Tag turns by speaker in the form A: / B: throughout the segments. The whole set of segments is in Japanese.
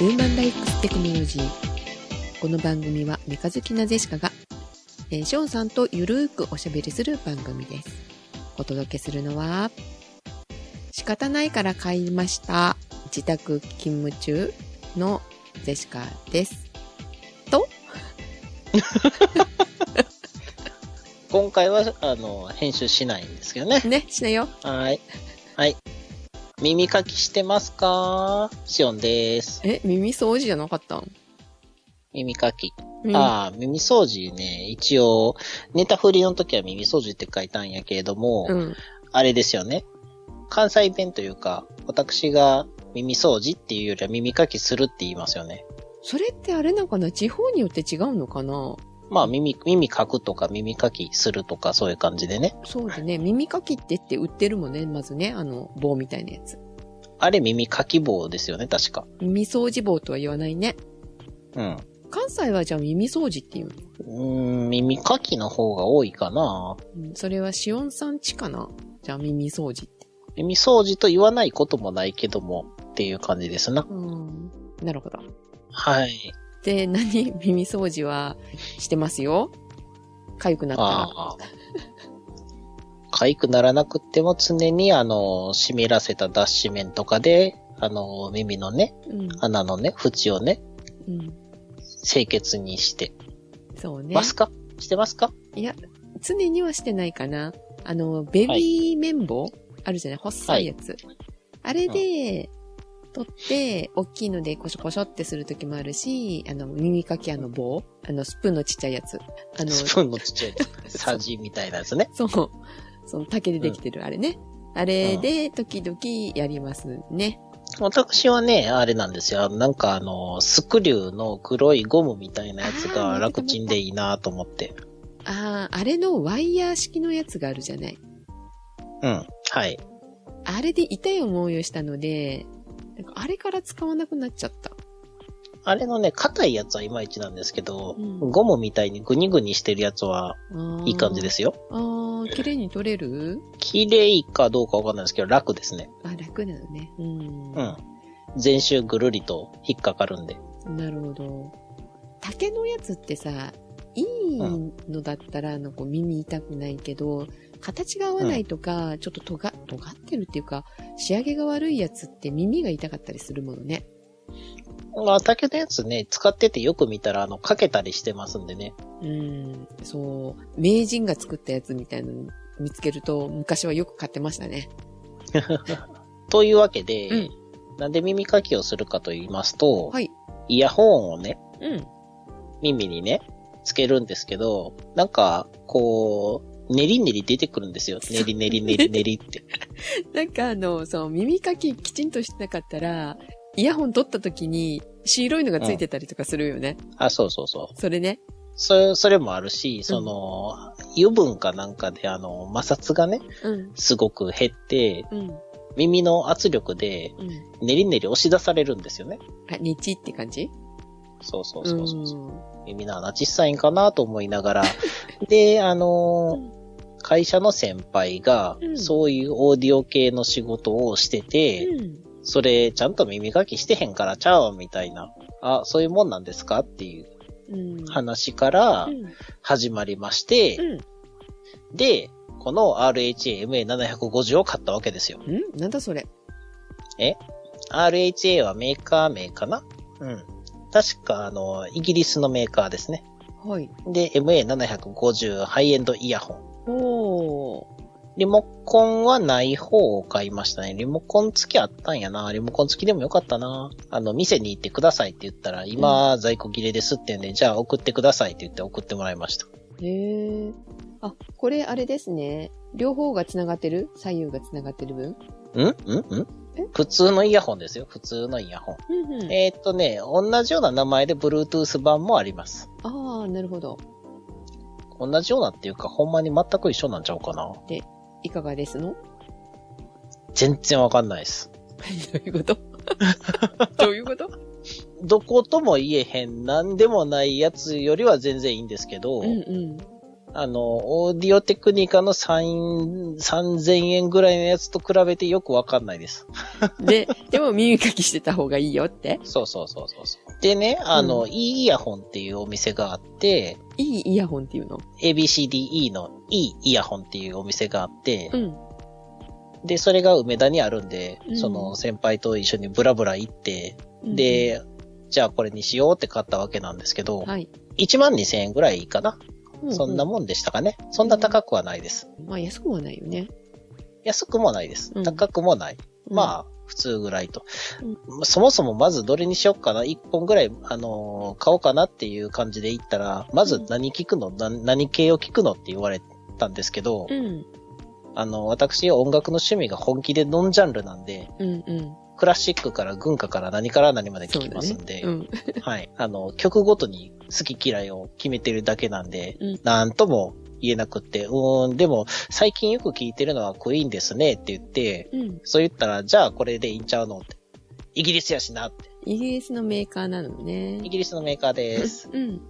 A: ウーマンライクステクノロジー。この番組はメカ好きなゼシカが、えーショーンさんとゆるーくおしゃべりする番組です。お届けするのは、仕方ないから買いました。自宅勤務中のゼシカです。
B: 今回は、あの、編集しないんですけどね。
A: ね、しなよ。
B: はい。はい。耳かきしてますかシオンです。
A: え、耳掃除じゃなかったん、
B: 耳かき。
A: うん、
B: ああ、耳掃除ね、一応、ネタ振りの時は耳掃除って書いたんやけれども、
A: うん。
B: あれですよね。関西弁というか、私が耳掃除っていうよりは耳かきするって言いますよね。
A: それってあれなんかな地方によって違うのかな
B: まあ、耳、耳かくとか耳かきするとか、そういう感じでね。
A: そうだね。耳かきってって売ってるもんね。まずね。あの、棒みたいなやつ。
B: あれ耳かき棒ですよね、確か。
A: 耳掃除棒とは言わないね。
B: うん。
A: 関西はじゃあ耳掃除っていうの、
B: うーん、耳かきの方が多いかな。
A: うん、それはしおんさんちかなじゃあ耳掃除って。
B: 耳掃除と言わないこともないけども、っていう感じですな。
A: うん。なるほど。
B: はい。
A: で、何耳掃除はしてますよ。痒くなった。
B: ああ。かゆくならなくっても常に、あの、湿らせた脱脂綿とかで、あの、耳のね、
A: うん。
B: 穴のね、縁をね、
A: うん。
B: 清潔にして。
A: そうね
B: ま。すかしてますか
A: いや、常にはしてないかな。あの、ベビー綿棒、あるじゃない細いやつ。あれで、取って、大きいのでコショコショってするときもあるし、あの、耳かきあの棒あの、スプーンのちっちゃいやつ。あの、
B: スプーンのちっちゃい やつサジみたいなやつね。
A: そう。その竹でできてるあれね。あれで、時々やりますね。
B: 私はね、あれなんですよ。なんかあの、スクリューの黒いゴムみたいなやつ
A: あー
B: が楽ちんでいいなと思って。
A: ああ、あれのワイヤー式のやつがあるじゃない。
B: うん。はい。
A: あれで痛い思いをしたので、なんかあれから使わなくなっちゃった。
B: あれのね、硬いやつはいまいちなんですけど、
A: うん
B: ゴムみたいにグニグニしてるやつは
A: あー
B: いい感じですよ。
A: あー、綺麗に取れる
B: 綺麗かどうかわかんないですけど、楽ですね。
A: あ、楽なのね。うん。
B: うん。全周ぐるりと引っかかるんで。
A: なるほど。竹のやつってさ、いいのだったら、あの、こう耳痛くないけど、形が合わないとか、ちょっと尖、尖ってるっていうか、仕上げが悪いやつって耳が痛かったりするものね。
B: まあ、竹のやつね、使っててよく見たら、あの、かけたりしてますんでね。
A: うん、そう。名人が作ったやつみたいなの見つけると、昔はよく買ってましたね。
B: というわけで、
A: うん
B: なんで耳かきをするかと言いますと、
A: はい。
B: イヤホンをね、
A: うん。
B: 耳にね、つけるんですけど、なんか、こう、練り練り出てくるんですよ。練り練り練り練り って。
A: なんかあの、そう、耳かききちんとしてなかったら、イヤホン取った時に、白いのがついてたりとかするよね。
B: あ、そうそうそう。
A: それね。
B: それ、それもあるし、その、油分かなんかで、あの、摩擦がね、
A: うん。
B: すごく減って、
A: うん。
B: 耳の圧力で、
A: うん。
B: ねりねり押し出されるんですよね。
A: あ、日って感じ
B: そうそうそうそうそう。
A: ん
B: 耳の穴小さいんかなと思い ながら、で、あのー会社の先輩が
A: う、ん
B: そういうオーディオ系の仕事をしてて、それ、ちゃんと耳かきしてへんからちゃうみたいな。あ、そういうもんなんですかっていう
A: うん。うん。
B: 話から
A: うん。
B: 始まりまして、
A: うん。
B: で、この RHA-MA750 を買ったわけですよ。
A: うんなんだそれ。
B: RHA はメーカー名かなうん。確か、あの、イギリスのメーカーですね。
A: はい。
B: で、MA750 ハイエンドイヤホン。
A: おー。
B: リモコンはない方を買いましたね。リモコン付きあったんやな。リモコン付きでもよかったな。あの、店に行ってくださいって言ったら、今、在庫切れですってんで、じゃあ送ってくださいって言って送ってもらいました。
A: へー。あ、これあれですね。両方が繋がってる左右が繋がってる分
B: んんん
A: え
B: 普通のイヤホンですよ。普通のイヤホン。
A: うんうん。
B: えーっとね、同じような名前で Bluetooth 版もあります。
A: ああ、なるほど。
B: 同じようなっていうか、ほんまに全く一緒なんちゃうかな。
A: いかがですのど
B: 全然わかんないです。
A: ういう ことどういうこと
B: どことも言えへん、なんでもないやつよりは全然いいんですけど、
A: うんうん。
B: あの、オーディオテクニカの3、3000円ぐらいのやつと比べてよくわかんないです。
A: で、でも耳かきしてた方がいいよって。
B: そうそうそうそうそう。でね、あの、いいイヤホンっていうお店があって、
A: いいイヤホンっていうの。
B: ABCDE のいいイヤホンっていうお店があって
A: う、ん。
B: で、それが梅田にあるんで
A: う、ん
B: その先輩と一緒にブラブラ行って、
A: うん、
B: で、じゃあこれにしようって買ったわけなんですけど、
A: はい。
B: 1万2000円ぐらいかな。
A: うう
B: そんなもんでしたかね。そんな高くはないです。
A: まあ安くはないよね。
B: 安くもないです
A: う。ん
B: 高くもない。まあ、普通ぐらいと。そもそもまずどれにしよっかな。1本ぐらい、あのー買おうかなっていう感じで言ったら、まず何聞くの、な何系を聞くのって言われたんですけど、
A: あ。うん。
B: あの、私音楽の趣味が本気でノンジャンルなんで、
A: うんうん。
B: クラシックから軍歌から何から何まで聞
A: そう
B: き
A: だ
B: ます
A: ね
B: んで、。
A: うん。
B: はい。あの、曲ごとに好き嫌いを決めてるだけなんで、
A: うん
B: なんとも言えなくって、うーん、でも最近よく聞いてるのはクイーンですねって言って、
A: うん。
B: そう言ったら、じゃあこれでいいんちゃうのって。イギリスやしなって。
A: イギリスのメーカーなのね
B: イ。ギリスのメーカーです。
A: うん。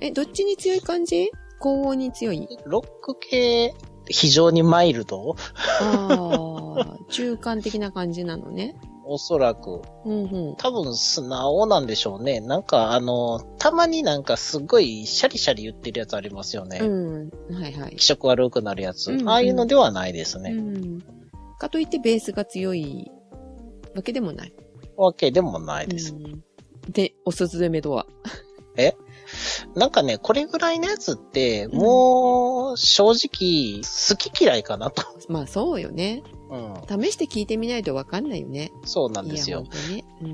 A: え、どっちに強い感じ高音に強い。
B: ロック系、非常にマイルド
A: あ あ、中間的な感じなのね。
B: おそらく。
A: うんうん。
B: 多分素直なんでしょうね。なんかあの、たまになんかすごいシャリシャリ言ってるやつありますよね。
A: うん。はいはい
B: 気。色悪くなるやつ、
A: うんうん
B: ああいうのではないですね。
A: うん。かといってベースが強いわけでもない。
B: わけでもないです。
A: うんで、おすすめ度は。
B: なんかね、これぐらいのやつって、もう、正直、好き嫌いかなと。
A: まあそうよね。
B: うん。
A: 試して聞いてみないとわかんないよね。
B: そうなんですよ
A: い。や、本当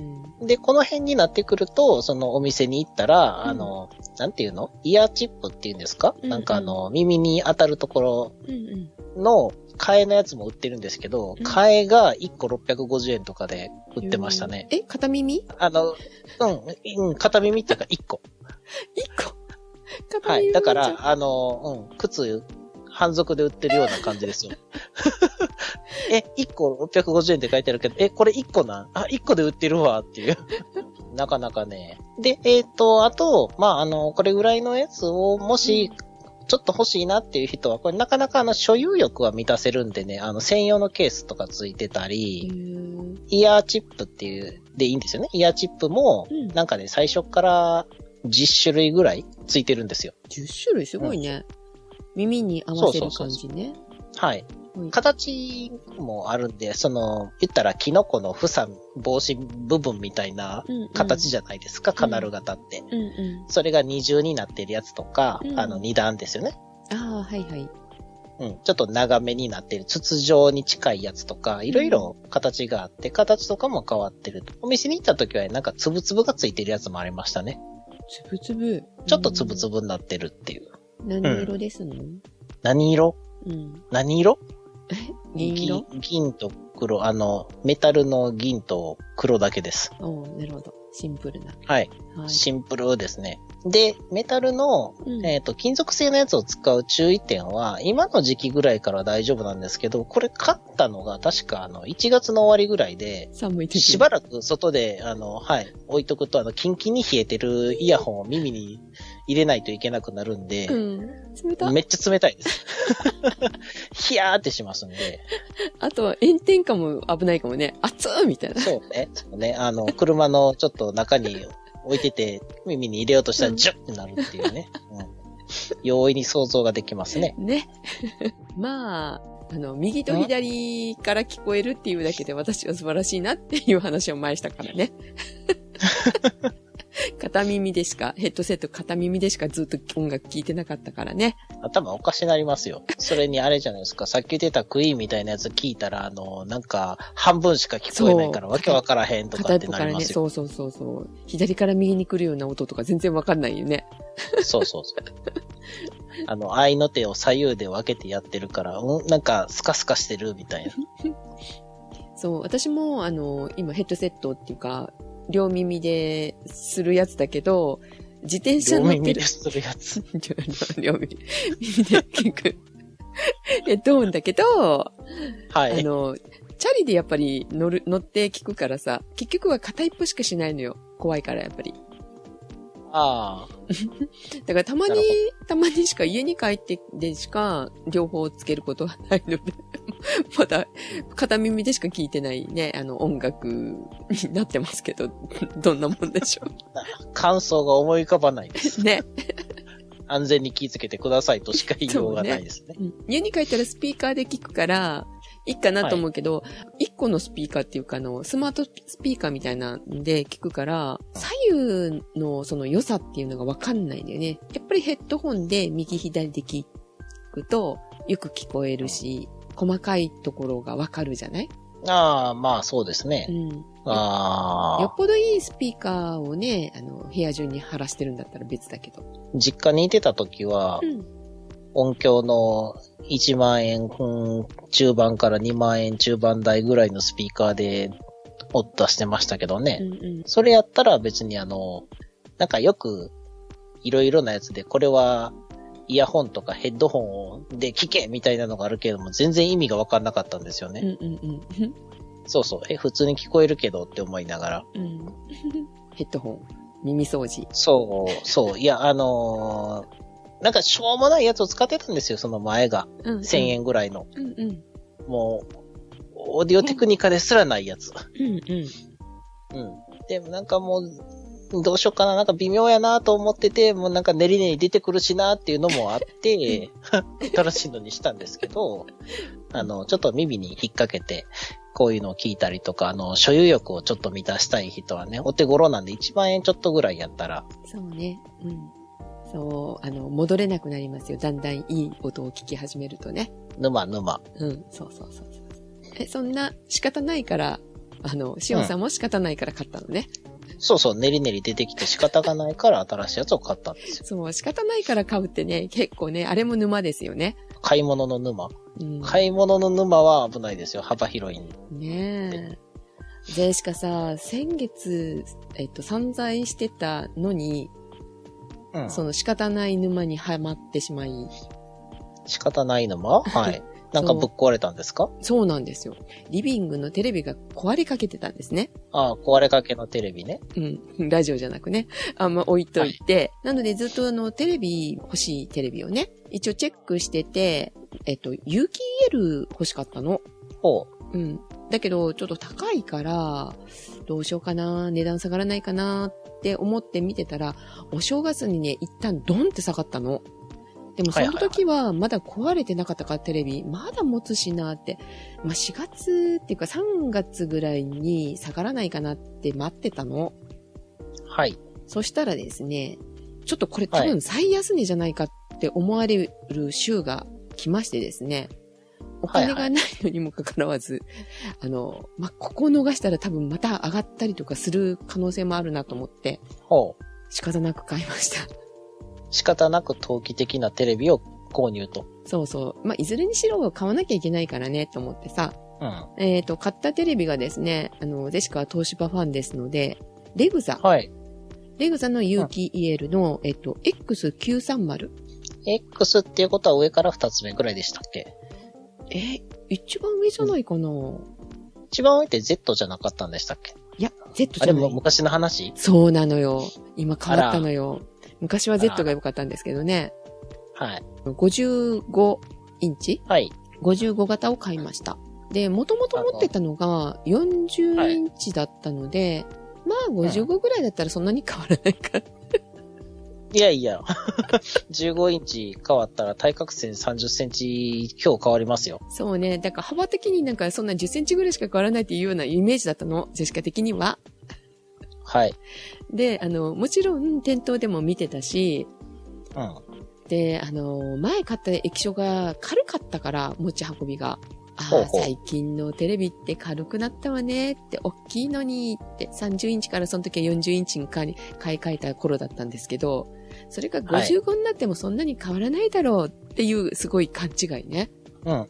A: ね。
B: で、この辺になってくると、そのお店に行ったら、
A: うん
B: あの、なんていうのイヤーチップっていうんですか、
A: うんうん
B: なんかあの、耳に当たるところ
A: うん。うんうん。
B: の替えのやつも売ってるんですけど、
A: うん
B: 替えが1個650円とかで売ってましたね。
A: え、片耳
B: あの、うん、うん、片耳っていうか1個。
A: 一個。片
B: は
A: 耳
B: い。だか
A: じゃん
B: ら、あの、うん、靴、反則で売ってるような感じですよ。 え、1個650円って書いてあるけど、え、これ1個なんあ、1個で売ってるわ、っていう。 なかなかね。で、えっ、と、あと、まあ、あの、これぐらいのやつを、もし、ちょっと欲しいなっていう人は、これなかなかあの、所有欲は満たせるんでね、あの、専用のケースとかついてた
A: へ
B: り、
A: ー
B: イヤーチップっていう、でいいんですよね。イヤーチップも
A: うん、
B: なんかね、最初から10種類ぐらいついてるんですよ。
A: 10種類すごいね。耳に合わせる
B: そうそうそ
A: 感
B: う
A: じね。
B: は
A: は
B: い。
A: い
B: 形もあるんで、その、言ったらキノコの房、防止部分みたいな
A: うんうん
B: 形じゃないですか、カナル型って。
A: うんう
B: それが二重になってるやつとか、
A: うん
B: あの二段ですよね。
A: ん。ああ、はいはい。
B: うん。ちょっと長めになってる、筒状に近いやつとか、いろいろ形があって、形とかも変わってる。お店に行った時は、なんかつぶつぶがついてるやつもありましたね。
A: つぶつぶ。
B: ちょっとつぶつぶになってるっていう。
A: うん。何色ですの
B: 何色
A: うん。
B: 何色
A: 銀色
B: 銀銀と黒、あの、メタルの銀と黒だけです。
A: おーなるほど。シンプルな。
B: はい。
A: はい。
B: シンプルですね。で、メタルの、
A: うん
B: えっ、と、金属製のやつを使う注意点は、今の時期ぐらいから大丈夫なんですけど、これ買ったのが確かあの、1月の終わりぐらいで、
A: 寒い時
B: しばらく外で、あの、はい、置いとくと、あの、キンキンに冷えてるイヤホンを耳に入れないといけなくなるんで、
A: うん。冷た。
B: めっちゃ冷たいです。 ヒヤーってしますんで。
A: あとは炎天下も危ないかもね。熱っみた いな。
B: そうね。そうね。あの、車のちょっと中に置いてて、耳に入れようとしたら、ジュッってなるっていうね。うん。容易に想像ができますね。
A: ね。 まあ、あの、右と左から聞こえるっていうだけで私は素晴らしいなっていう話を前にしたから ね。片耳でしか、ヘッドセット片耳でしかずっと音楽聴いてなかったからね。
B: 頭おかしなりますよ。それにあれじゃないですか。さっき言ってたクイーンみたいなやつ聞いたら、あの、なんか、半分しか聞こえないから、
A: そう
B: わけわからへんとか
A: 片
B: っ
A: 一
B: て
A: 方
B: な
A: から
B: りま
A: ね、
B: すよ。
A: そうそうそうそう。左から右に来るような音とか全然わかんないよね。
B: そうそうそう。あの、愛の手を左右で分けてやってるから、うん、なんか、スカスカしてるみたいな。
A: そう、私も、あの、今ヘッドセットっていうか、両耳でするやつだけど、自転車
B: 両
A: 乗って
B: 耳
A: る
B: で。するや つ。
A: 両耳。耳で聞く。 え、どうんだけど、
B: は
A: あ
B: い。
A: の、チャリでやっぱり乗る、乗って聞くからさ、結局は片一歩しかしないのよ。怖いからやっぱり。
B: ああ、
A: だからたまに
B: なる、
A: たまにしか家に帰ってでしか両方つけることはないので、 まだ片耳でしか聞いてないね、あの音楽になってますけど、どんなもんでしょ
B: 感想が思い浮かばないです。
A: う。ね。
B: 安全に気をつけてくださいとしか言いようがないですね。
A: うん家に帰ったらスピーカーで聞くから、いいかなと思うけど、一、個のスピーカーっていうかあの、スマートスピーカーみたいなんで聞くから、左右のその良さっていうのがわかんないんだよね。やっぱりヘッドホンで右左で聞くと、よく聞こえるし、細かいところがわかるじゃない
B: ああ、まあそうです
A: う
B: ね。
A: ん。よ
B: あ
A: っぽどいいスピーカーをね、あの、部屋中に張らしてるんだったら別だけど。
B: あ、実家にいてた時は
A: う、ん。
B: 音響の1万円うん中盤から2万円中盤台ぐらいのスピーカーで音出してましたけどね。
A: うんうん。
B: それやったら別にあの、なんかよく、いろいろなやつで、これは、イヤホンとかヘッドホンで聞けみたいなのがあるけれども、全然意味がわかんなかったんですよ
A: うん
B: ね。
A: うんうん。
B: そうそう。え、普通に聞こえるけどって思いながら。
A: うん、 ヘッドホン、耳掃除。
B: そう、そう。いや、あのーなんかしょうもないやつを使ってたんですよ、その前が。
A: うん、
B: 1000。円ぐらいの。
A: うんうん。
B: もう、オーディオテクニカですらないやつ。
A: うんうん。
B: うん。でもなんかもう、どうしようかな、なんか微妙やなと思ってて、もうなんか練り練り出てくるしなっていうのもあ って、新しいのにしたんですけど、あの、ちょっと耳に引っ掛けて、こういうのを聞いたりとか、あの、所有欲をちょっと満たしたい人はね、お手頃なんで1万円ちょっとぐらいやったら、
A: そうね。うん。そう、あの、戻れなくなりますよ。だんだんいい音を聞き始めるとね。
B: 沼沼。
A: うん。そうそうそうそう。え、そんな仕方ないから、あの、しおんさんも仕方ないから買ったのね。
B: そうそう、練り練り出てきて仕方がないから新しいやつを買ったんですよ。
A: そう、仕方ないから買うってね、結構ね、あれも沼ですよね。
B: 買い物の沼。
A: うん。
B: 買い物の沼は危ないですよ、幅広いんで。
A: ねえ。で、しかさ、先月、えっと、散財してたのに、
B: うん。
A: その仕方ない沼にはまってしまい、
B: 仕方ない沼 はい。なんかぶっ壊れたんですか
A: そうなんですよ。リビングのテレビが壊れかけてたんですね。
B: ああ、壊れかけのテレビね。
A: うん。ラジオじゃなくね。あんま置いといて。なのでずっとあの、テレビ、欲しいテレビをね、一応チェックしてて、えっと、有機 EL 欲しかったの。
B: ほ
A: う
B: う。
A: ん。だけど、ちょっと高いから、どうしようかな、値段下がらないかなって思って見てたら、お正月にね、一旦ドンって下がったの。でもそ
B: はいは
A: の
B: いはい
A: 時はまだ壊れてなかったからテレビ、まだ持つしなって、まあ、4月っていうか3月ぐらいに下がらないかなって待ってたの。
B: はい。
A: そしたらですね、ちょっとこれ多分最安値じゃないかって思われる週が来ましてですね、お金がないのにもかかわらず、あの、まあ、ここを逃したら多分また上がったりとかする可能性もあるなと思って、
B: ほう。
A: 仕方なく買いました。
B: 仕方なく投機的なテレビを購入と。
A: そうそう。まあ、いずれにしろ買わなきゃいけないからね、と思ってさ、
B: うん。は
A: えっ、と、買ったテレビがですね、あの、ジェシカは東芝ファンですので、レグザ、
B: い。
A: レグザの有機 EL の、えっと、X930。
B: X っていうことは上から2つ目ぐらいでしたっけ
A: え、一番上じゃないかな、
B: 一番上って Z じゃなかったんでしたっけ
A: いや、Z じ
B: あれ
A: ゃな
B: も
A: い。
B: 昔の話
A: そうなのよ。今変わったのよ。昔は
B: あ
A: Z
B: ら
A: が良かったんですけどね。
B: はい。
A: 55インチ
B: はい。
A: 55型を買いました。で、もともと持ってたのが40インチだったので、まあ55ぐらいだったらそんなに変わらないか。
B: いやいや。15インチ変わったら対角線30センチ強変わりますよ。
A: そうね。だから幅的になんかそんな10センチぐらいしか変わらないっていうようなイメージだったの。ジェシカ的には。
B: はい。
A: で、あの、もちろん店頭でも見てたし、
B: うん。
A: で、あの、前買った液晶が軽かったから、持ち運びが。あ
B: ほう
A: あ、
B: ほう
A: 最近のテレビって軽くなったわねって、大きいのにって、30インチからその時は40インチに買い買い替えた頃だったんですけど、それが55になってもそんなに変わらないだろうっていう、すごい勘違いね。
B: うん。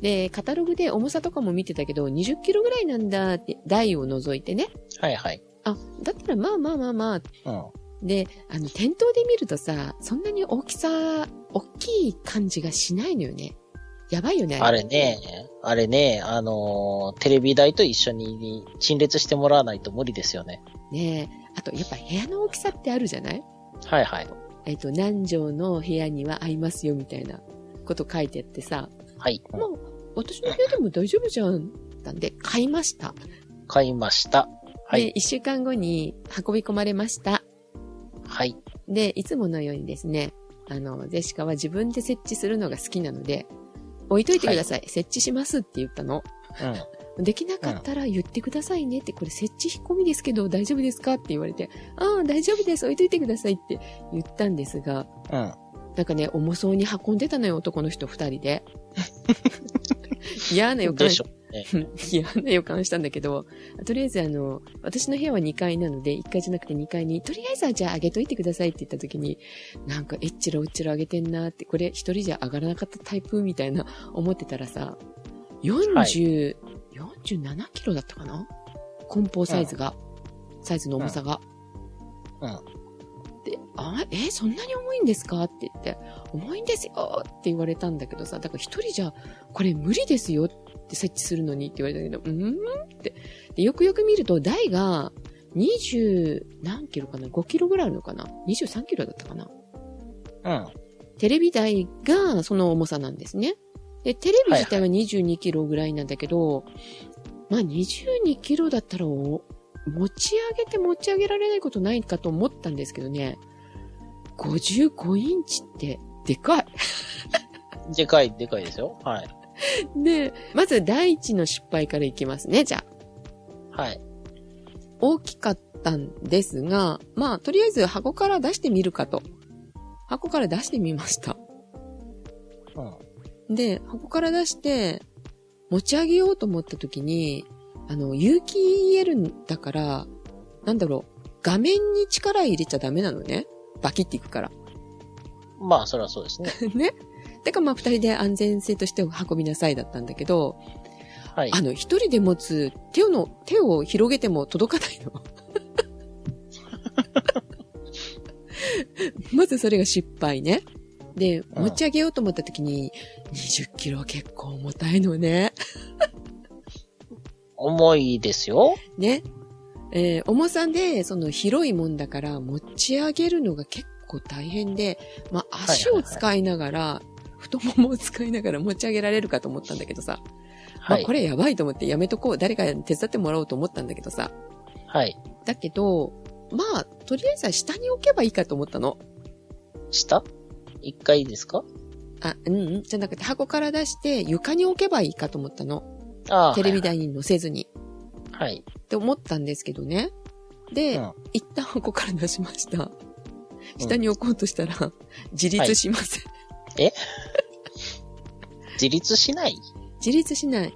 A: で、カタログで重さとかも見てたけど、20キロぐらいなんだって、台を除いてね。
B: はいはい。
A: あ、だったらまあまあまあまあ
B: うん。
A: で、あの、店頭で見るとさ、そんなに大きさ、大きい感じがしないのよね。やばいよね。
B: あれ。ね、あれね、あのーテレビ台と一緒に陳列してもらわないと無理ですよね。
A: ねえあと、やっぱ部屋の大きさってあるじゃない
B: はいはい。
A: えっと、何畳の部屋には合いますよみたいなこと書いてあってさ、
B: はい。
A: もう私の部屋でも大丈夫じゃん。なんで、買いました。
B: 買いました。は
A: で、
B: い。
A: 一週間後に運び込まれました。
B: はい。
A: で、いつものようにですね、あの、ジェシカは自分で設置するのが好きなので、置いといてください。設置しますって言ったの。
B: うん。
A: できなかったら言ってくださいねって、これ設置引っ込みですけど大丈夫ですかって言われて、ああ、大丈夫です。置いといてくださいって言ったんですが、
B: うん。
A: なんかね、重そうに運んでたのよ、男の人二人で。嫌な予感
B: でしょ。
A: 嫌な予感したんだけど、とりあえずあの、私の部屋は2階なので、1階じゃなくて2階に、とりあえずはじゃあ上げといてくださいって言った時に、なんかえっちらおっちら上げてんなって、これ一人じゃ上がらなかったタイプみたいな思ってたらさ、40、
B: は
A: 47キロだったかな梱包サイズが、サイズの重さが。
B: うんうん
A: で、あ、え、そんなに重いんですかって言って、重いんですよって言われたんだけどさ、だから一人じゃこれ無理ですよって設置するのにって言われたけど、うーんって。で、よくよく見ると台が20何キロかな ?5 キロぐらいあるのかな ?23 キロだったかな
B: うん。
A: テレビ台がその重さなんですね。で、テレビ自体は22キロぐらいなんだけど、まあ22キロだったらお持ち上げて持ち上げられないことないかと思ったんですけどね、55インチってでかい。
B: でかい、でかいですよ。はい。
A: で、まず第一の失敗からいきますね、じゃあ。
B: はい。
A: 大きかったんですが、まあ、とりあえず箱から出してみるかと。箱から出してみました。
B: うん。
A: で、箱から出して、持ち上げようと思った時に、あの、有機 EL だから、なんだろう、画面に力入れちゃダメなのね。バキっていくから。
B: まあ、それはそうですね。
A: ね。だからまあ、二人で安全性として運びなさいだったんだけど、
B: はい
A: あ。の、一人で持つ手をの、手を広げても届かないの。 まずそれが失敗ね。で、
B: うん
A: 持ち上げようと思った時に、20キロは結構重たいのね。
B: 重いですよ。
A: ね。えー重さで、その広いもんだから、持ち上げるのが結構大変で、まあ、
B: いはいはい
A: 足を使いながら、太ももを使いながら持ち上げられるかと思ったんだけどさ、
B: は
A: ま
B: い
A: あ、こ。れやばいと思ってやめとこう、誰かに手伝ってもらおうと思ったんだけどさ、
B: はい。
A: だけど、まあ、とりあえずは下に置けばいいかと思ったの。
B: 下一回ですか
A: あ、うんうん、じゃなくて箱から出して床に置けばいいかと思ったの。
B: ああ。
A: テレビ台に乗せずに。
B: はい。
A: って思ったんですけどね。
B: はい。
A: で、
B: うん。
A: 一旦箱から出しました。下に置こうとしたら、 自立しません。
B: 自立しない
A: 自立しない。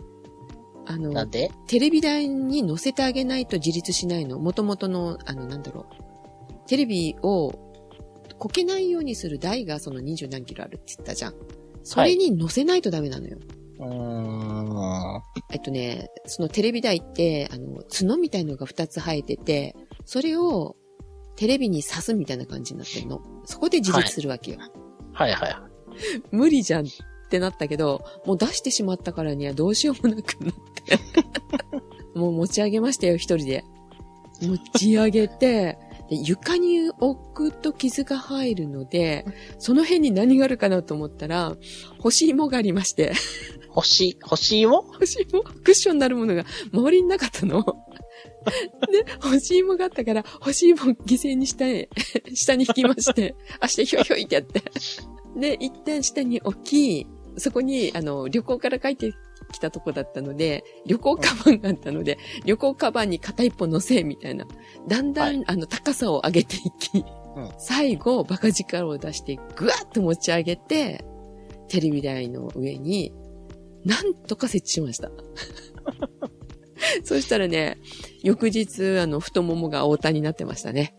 A: あ
B: な
A: の
B: ん、で
A: テレビ台に乗せてあげないと自立しないの。元々の、あの、なんだろう。テレビをこけないようにする台がその二十何キロあるって言ったじゃん。それに乗せないとダメなのよ。
B: うーん。
A: えっとね、そのテレビ台って、あの、角みたいのが2つ生えてて、それをテレビに刺すみたいな感じになってるの。そこで自立するわけよ。
B: はいはい。
A: 無理じゃんってなったけど、もう出してしまったからにはどうしようもなくな って。もう持ち上げましたよ、一人で。持ち上げて、で床に置くと傷が入るので、その辺に何があるかなと思ったら、干し芋がありまして、
B: 星、星芋
A: 干し芋、クッションになるものが周りになかった の。で、干し芋があったから、干し芋を犠牲にしたい、下に引きま して、足でひょいひょいってやって。で、一旦下に置き、そこに、あの、旅行から帰ってきたとこだったので、旅行カバンがあったので、旅行カバンに片一本乗せ、みたいな。だんだん、
B: は
A: あの、高さを上げていき、
B: うん
A: 最後、バカ力を出して、ぐわっと持ち上げて、テレビ台の上に、なんとか設置しました。そしたらね、翌日、あの、太ももが大田になってましたね。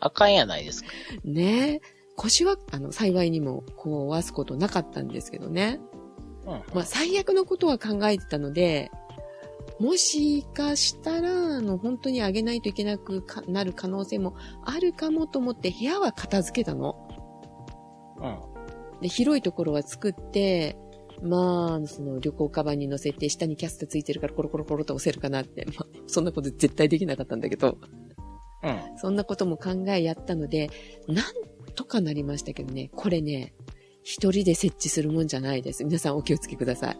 B: あかんやないですか。
A: ねえ腰は、あの、幸いにも壊すことなかったんですけどね。
B: うん。
A: まあ、最悪のことは考えてたので、もしかしたら、あの、本当にあげないといけなくかなる可能性もあるかもと思って部屋は片付けたの。
B: うん。
A: で、広いところは作って、まあ、その旅行カバンに乗せて 下にキャスターついてるからコロコロコロと押せるかなって、まあ、そんなこと絶対できなかったんだけど。
B: うん。
A: そんなことも考えやったので、なんとかなりましたけどね、これね、一人で設置するもんじゃないです。皆さんお気をつけください。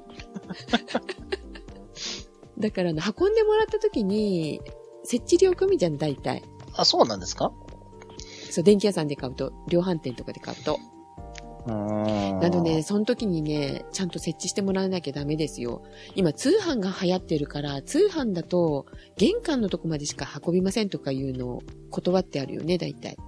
A: だからあの、運んでもらった時に、設置料組みじゃん、大体。
B: あ、そうなんですか
A: そう、電気屋さんで買うと、量販店とかで買うと。
B: うーん。
A: なので、。その時にね、ちゃんと設置してもらわなきゃダメですよ。今、通販が流行ってるから、通販だと、玄関のとこまでしか運びませんとかいうのを断ってあるよね、大体。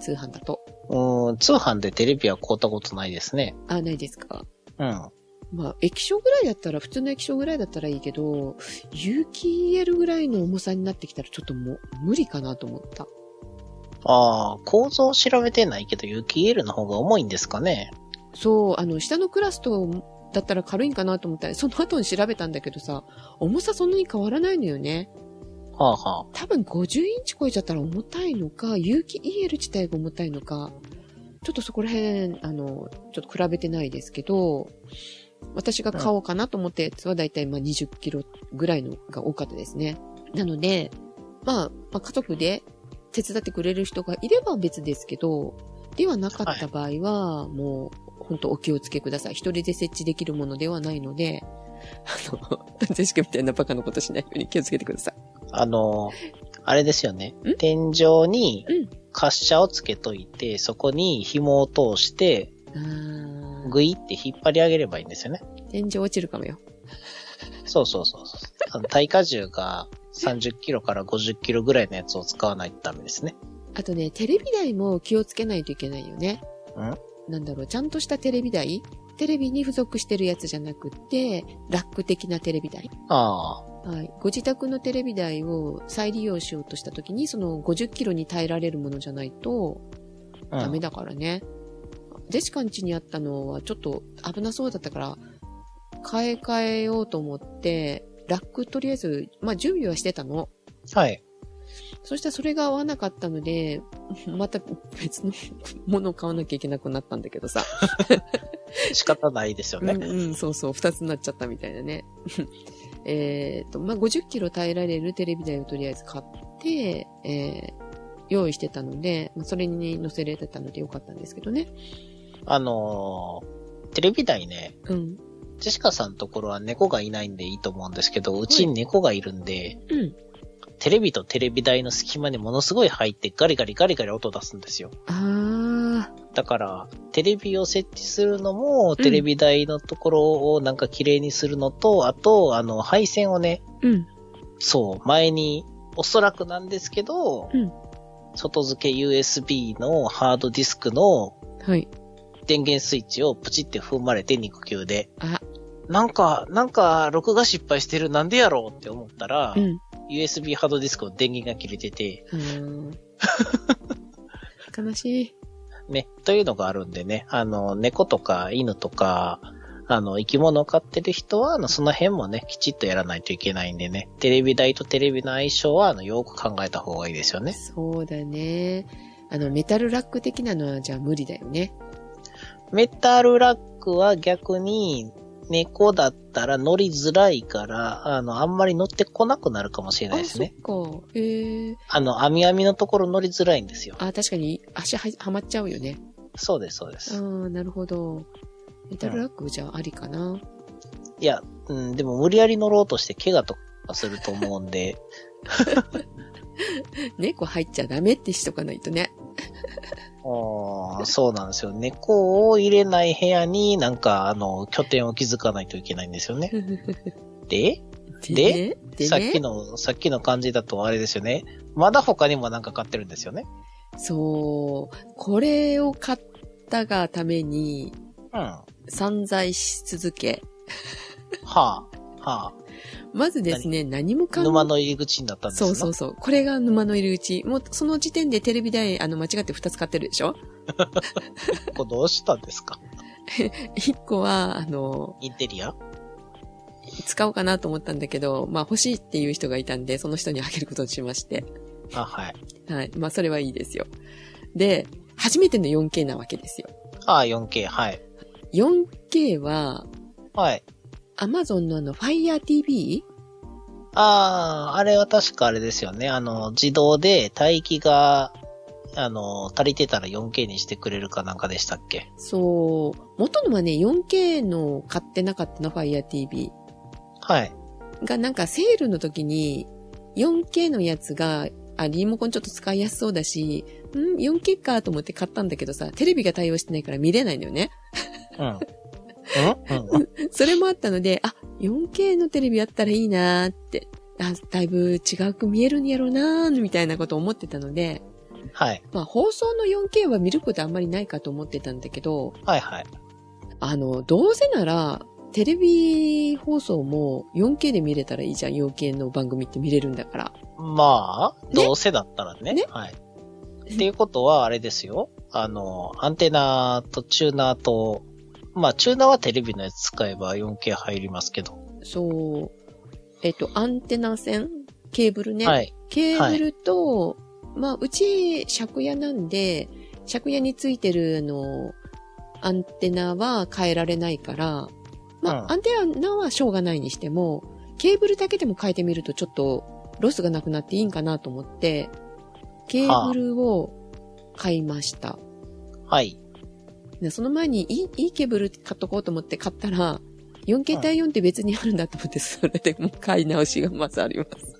A: 通販だと。
B: うん、通販でテレビは買うたことないですね。
A: あ、ないですか。
B: うん。
A: まあ、液晶ぐらいだったら、普通の液晶ぐらいだったらいいけど、有機 EL ぐらいの重さになってきたら、ちょっともう無理かなと思った。
B: ああ、構造を調べてないけど、雪 EL の方が重いんですかね。
A: そう、あの、下のクラスと、だったら軽いんかなと思ったら、その後に調べたんだけどさ、重さそんなに変わらないのよね。
B: はあは
A: 多分50インチ超えちゃったら重たいのか、有機 EL 自体が重たいのか、ちょっとそこら辺、あの、ちょっと比べてないですけど、私が買おうかなと思ったやつはだいたいまあ20キロぐらいのが多かったですね。なので、まあ、まあ家族で手伝ってくれる人がいれば別ですけど、ではなかった場合は、もう、本当お気をつけください。一人で設置できるものではないので、あの、 ジェシカみたいなバカなことしないように気をつけてください。
B: あの、あれですよね
A: ん。
B: 天井に
A: うん
B: 滑車をつけといて、そこに紐を通して、
A: あー
B: グイって引っ張り上げればいいんですよね。
A: 天井落ちるかもよ。
B: そうそうそうそう。あの耐荷重が30キロから50キロぐらいのやつを使わないとダメですね。
A: あとね、テレビ台も気をつけないといけないよね。なんだろう、ちゃんとしたテレビ台テレビに付属してるやつじゃなくって、ラック的なテレビ台。
B: あ
A: はい。ご自宅のテレビ台を再利用しようとした時に、その50キロに耐えられるものじゃないと
B: あ。うん
A: ダメだからね。デシカン家にあったのはちょっと危なそうだったから、買い替えようと思って、ラックとりあえず、まあ準備はしてたの。
B: はい。
A: そしたらそれが合わなかったので、 また別のものを買わなきゃいけなくなったんだけどさ。
B: 仕方ないですよ
A: う
B: ね。
A: ん、うん、そうそう、二つになっちゃったみたいなね。 えっと、まあ、50キロ耐えられるテレビ台をとりあえず買って、えー用意してたので、まあそれに乗せられたのでよかったんですけどね。
B: あのーテレビ台ね、
A: うん。
B: ジェシカさんのところは猫がいないんでいいと思うんですけど、うちに猫がいるんで、
A: うん。
B: テレビとテレビ台の隙間にものすごい入ってガリガリガリガリ音出すんですよ。
A: あ
B: だから、テレビを設置するのも、テレビ台のところをなんか綺麗にするのと、あと、あの、配線をね、
A: ー、うん。
B: そう、前に、おそらくなんですけど、
A: うん
B: 外付け USB のハードディスクの
A: はい。
B: 電源スイッチをプチって踏まれて肉球で、
A: あ、
B: なんか、なんか、録画失敗してる、なんでやろうって思ったら、
A: うん。
B: USB ハードディスクの電源が切れてて、
A: あー悲しい。
B: ね、というのがあるんでね、あの、猫とか犬とか、あの、生き物を飼ってる人は、あの、その辺もね、きちっとやらないといけないんでね、テレビ台とテレビの相性は、あの、よく考えた方がいいですよね。
A: そうだね。あの、メタルラック的なのはじゃあ無理だよね。
B: メタルラックは逆に、猫だったら乗りづらいから、あの、あんまり乗ってこなくなるかもしれないですね。
A: あ、そっか。へえ。
B: あの、網網のところ乗りづらいんですよ。
A: あ、確かに足ははまっちゃうよね。
B: そうです、そうです
A: あ。あ、なるほど。メタルラックじゃあありかな。
B: いや、うん、でも無理やり乗ろうとして怪我とかすると思うんで、
A: 猫入っちゃダメってしとかないとね。
B: あーそうなんですよ。猫を入れない部屋になんか、あの、拠点を築かないといけないんですよ ね。で、で
A: でね
B: さっきの、さっきの感じだとあれですよね。まだ他にもなんか買ってるんですよね。
A: そう。これを買ったがために
B: うん。は
A: 散財し続け。
B: あ、はあ。
A: まずですね、何も考え
B: 沼の入り口になったんです
A: そう
B: な
A: そうそう。これが沼の入り口。もう、その時点でテレビ台、あの、間違って2つ買ってるでしょ
B: これどうしたんですか
A: ?1 個は、あの、
B: インテリア
A: 使おうかなと思ったんだけど、まあ欲しいっていう人がいたんで、その人にあげることにしまして。
B: あ、はい。
A: はい。まあそれはいいですよ。で、初めての 4K なわけですよ。
B: ああ、4K、はい。
A: 4K は、
B: はい。
A: Amazon のあの Fire TV
B: ああ、あれは確かあれですよね。あの、自動で待機が、あの、足りてたら 4K にしてくれるかなんかでしたっけ
A: そう。元のはね、4K の買ってなかったの、Fire TV
B: はい。
A: が、なんかセールの時に、4K のやつが、あ、リモコンちょっと使いやすそうだし、ん ?4K かと思って買ったんだけどさ、テレビが対応してないから見れないのよね。
B: うん。うん、うん、
A: それもあったので、あ、4K のテレビあったらいいなーって、あ、だいぶ違く見えるんやろうなー、みたいなこと思ってたので、
B: はい。
A: まあ放送の 4K は見ることあんまりないかと思ってたんだけど、
B: はいはい。
A: あの、どうせなら、テレビ放送も 4K で見れたらいいじゃん。4K の番組って見れるんだから。
B: まあ、どうせだったらね。
A: ね
B: はい。っていうことは、あれですよ。あの、アンテナとチューナーと、まあ、チューナーはテレビのやつ使えば 4K 入りますけど。
A: そう。えっと、アンテナ線ケーブルね。
B: はい。
A: ケーブルと、まあ、うち、借家なんで、借家についてる、あの、アンテナは変えられないから、まあ、
B: うん
A: アンテナはしょうがないにしても、ケーブルだけでも変えてみるとちょっとロスがなくなっていいんかなと思って、ケーブルを買いました。
B: はい。
A: でその前にいい、いいケーブル買っとこうと思って買ったら、4K 対4って別にあるんだと思って、それでもう買い直しがまずあります。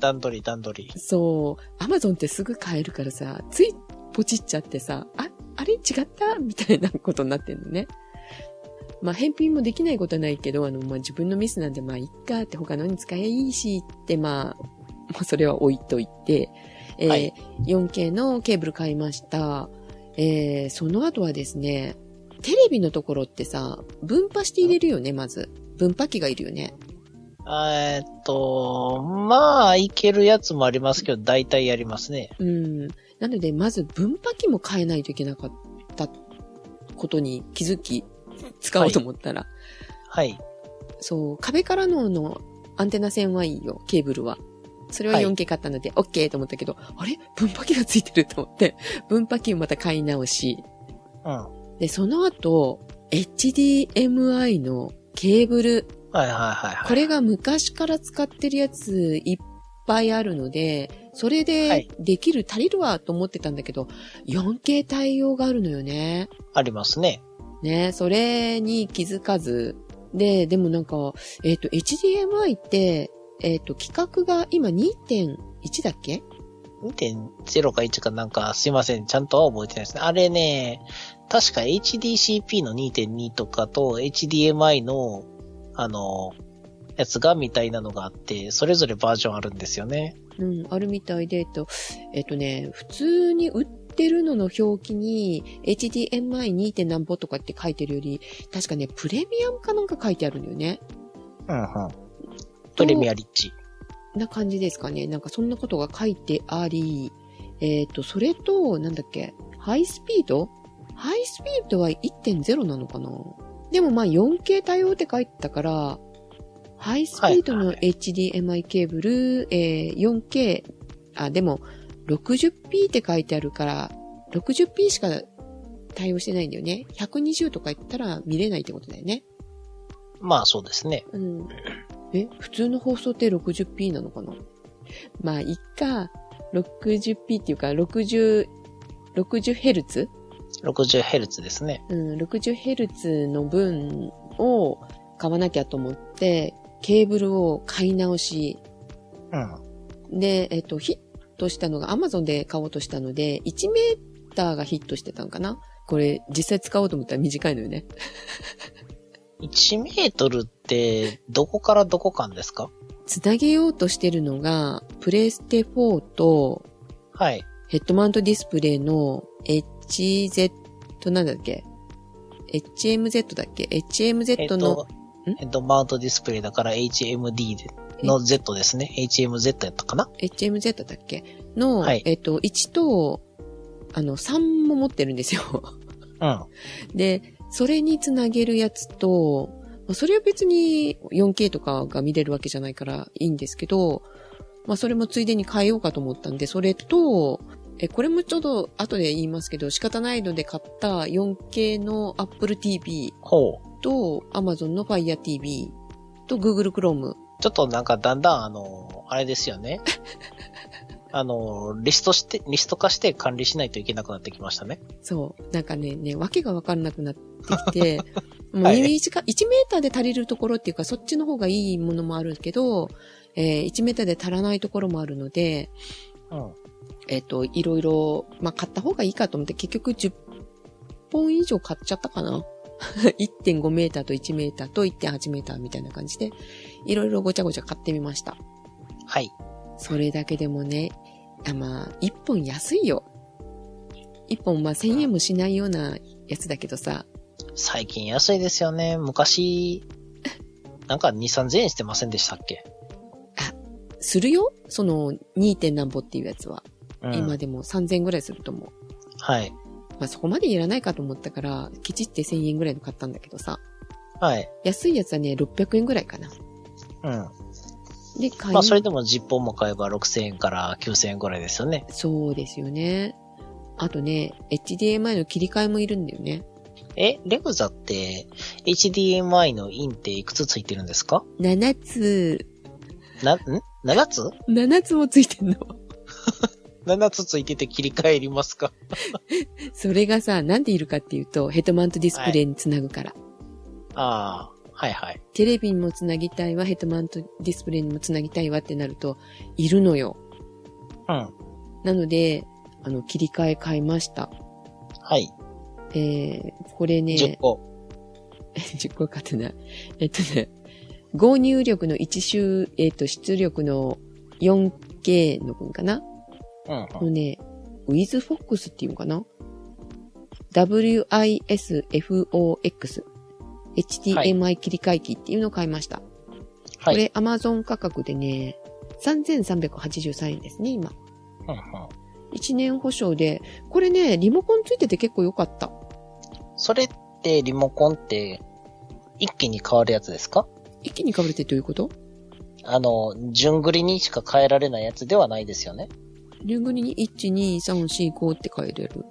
B: 段取り段取り。
A: そう、アマゾンってすぐ買えるからさ、ついポチっちゃってさ、あ、あれ違ったみたいなことになってんのね。まあ、返品もできないことはないけど、あの、まあ、自分のミスなんで、まあ、いっかって他のに使えばいいしって、まあ、まあ、それは置いといて、えー
B: はい
A: 4K のケーブル買いました。えー、その後はですね、テレビのところってさ、分派して入れるよね、まず。分派機がいるよね。
B: えーっと、まあ、いけるやつもありますけど、大体やりますね。
A: うん。なので、まず分派機も変えないといけなかったことに気づき、使おうと思ったら。
B: はい。
A: そう、壁からののアンテナ線はいいよ、ケーブルは。それは
B: はい
A: 4K 買ったので、OK と思ったけど、あれ分派機がついてると思って、分派機をまた買い直し。
B: うん。はい
A: で、その後、HDMI のケーブル。
B: はいはいはい。
A: これが昔から使ってるやついっぱいあるので、それ
B: は
A: で
B: い
A: できる、足りるわと思ってたんだけど、4K 対応があるのよね。
B: ありますね。
A: ね、それに気づかず。で、でもなんか、えっ、と、HDMI って、えっ、と、規格が今2.1だっけ
B: 2.0か1かなんか、すいません。ちゃんとは覚えてないですね。あれね、確か HDCP の2.2とかと HDMI の、あの、やつがみたいなのがあって、それぞれバージョンあるんですよね。
A: うん、あるみたいで、えっと、えっとね、普通に売ってるのの表記に HDMI2. 点何ぼとかって書いてるより、確かね、プレミアムかなんか書いてあるんだよね。
B: うんうん。プレミアリッチ。
A: な感じですかね。なんかそんなことが書いてあり、えっ、と、それと、なんだっけ、ハイスピードハイスピードは1.0なのかなでもまあ 4K 対応って書いてたから、ハイスピード
B: は
A: の
B: い
A: HDMI ケーブル、えー 4K、あ、でも 60p って書いてあるから、60p しか対応してないんだよね。120とか言ったら見れないってことだよね。
B: まあそうですね。
A: うん。え、普通の放送って 60p なのかなまあ、いっか。60p っていうか、60、60Hz?
B: 60Hz ですね。
A: うん、60Hz の分を買わなきゃと思って、ケーブルを買い直し。
B: うん。
A: で、えっと、ヒットしたのが Amazon で買おうとしたので、1メーターがヒットしてたのかなこれ、実際使おうと思ったら短いのよね。
B: 1メートルって、どこからどこ間ですか
A: つなげようとしてるのが、プレステ4と、
B: はい。
A: ヘッドマウントディスプレイの HZ、なんだっけ ?HMZ だっけ
B: えっ
A: ?HMZ の、
B: と、えっと、マウントディスプレイだから HMD での Z ですね。HMZ やったかな
A: HMZ だっけの、
B: はい
A: えっと、1と、あの、3も持ってるんですよ。
B: うん。
A: で、それにつなげるやつと、まあそれは別に 4K とかが見れるわけじゃないからいいんですけど、まあそれもついでに変えようかと思ったんで、それと、え、これもちょっと後で言いますけど、仕方ないので買った 4K の Apple TV
B: ほう。
A: と Amazon の Fire TV と Google Chrome
B: ちょっとなんかだんだんあの、あれですよ ね。あの、リストして、リスト化して管理しないといけなくなってきましたね。
A: そう。なんかね、ね、わけがわかんなくなってき て、もう
B: はい
A: 1か1メーターで足りるところっていうか、そっちの方がいいものもあるけど、えー1メーターで足らないところもあるので、
B: うん。
A: えっ、と、いろいろ、まあ、買った方がいいかと思って、結局10本以上買っちゃったかな。1.5メーターと1メーターと1.8メーターみたいな感じで、いろいろごちゃごちゃ買ってみました。
B: はい。
A: それだけでもね、あまあ、1本安いよ。1本まあ1000円もしないようなやつだけどさ、
B: 最近安いですよね。昔、なんか2、3000円してませんでしたっけ、
A: するよその 2. 点なんぼっていうやつは。
B: うん、
A: 今でも3000円ぐらいすると思う。
B: はい。
A: まあそこまでいらないかと思ったから、ケチって1000円ぐらいの買ったんだけどさ、
B: はい。
A: 安いやつはね、600円ぐらいかな。
B: うん。
A: で、買い、
B: まあ、それでも10本も買えば6000円から9000円ぐらいですよね。
A: そうですよね。あとね、HDMI の切り替えもいるんだよね。
B: え、レグザって、HDMI のインっていくつついてるんですか
A: 7つ、
B: な、ん ?7 つ
A: 7つもついてんの。
B: ?7 つついてて切り替えりますか
A: それがさ、なんでいるかっていうと、ヘッドマウントディスプレイにつなぐから。
B: ああ、はいはい。
A: テレビにもつなぎたいわ、ヘッドマウントディスプレイにもつなぎたいわってなると、いるのよ。
B: うん。
A: なので、あの、切り替え買いました。
B: はい。
A: えー、これ
B: 10
A: ね、
B: 個。
A: 10個買ってない。えっとね、合入力の1周、えっと、出力の 4K の分かな
B: うん、う
A: の
B: ん。
A: ね、ウィズフォックスっていうのかな ?WISFOX。HDMI 切り替え機っていうのを買いました。
B: はい。
A: これ Amazon 価格でね、3383円ですね、今。
B: うんうん
A: 1年保証で、これね、リモコンついてて結構良かった。
B: それってリモコンって一気に変わるやつですか
A: 一気に被れてどういうこと
B: あの、順繰りにしか変えられないやつではないですよね。
A: リングに1、2、3、4、5って変えれる。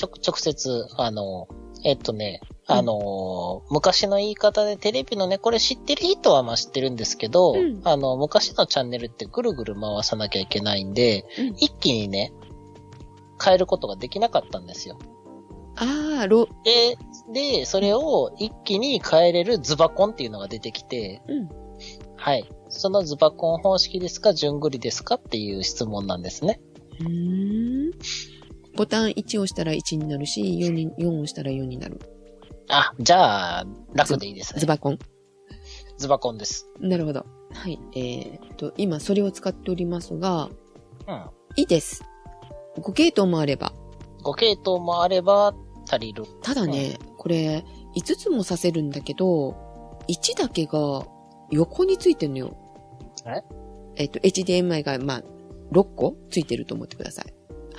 B: 直、直接、あの、えっとね、あの、昔の言い方でテレビのね、これ知ってる人はまあ知ってるんですけど、
A: うん
B: あの、昔のチャンネルってぐるぐる回さなきゃいけないんで、
A: うん
B: 一気にね、変えることができなかったんですよ。
A: あー、ロ、
B: で、で、それを一気に変えれるズバコンっていうのが出てきて、
A: うん。
B: はい。そのズバコン方式ですか、順繰りですかっていう質問なんですね。
A: うーん。ボタン1押したら1になるし、4に、4押したら4になる。
B: あ、じゃあ、楽でいいですね。
A: ズ
B: ズバ
A: バコン。
B: コンです。
A: なるほど。はい。えーっと、今それを使っておりますが、
B: うん。
A: いいです。5系統もあれば。
B: 5系統もあれば足りる。
A: ただね、これ、5つもさせるんだけど、1だけが横についてるのよ。
B: え
A: えっと、HDMI が、まあ、6個ついてると思ってください。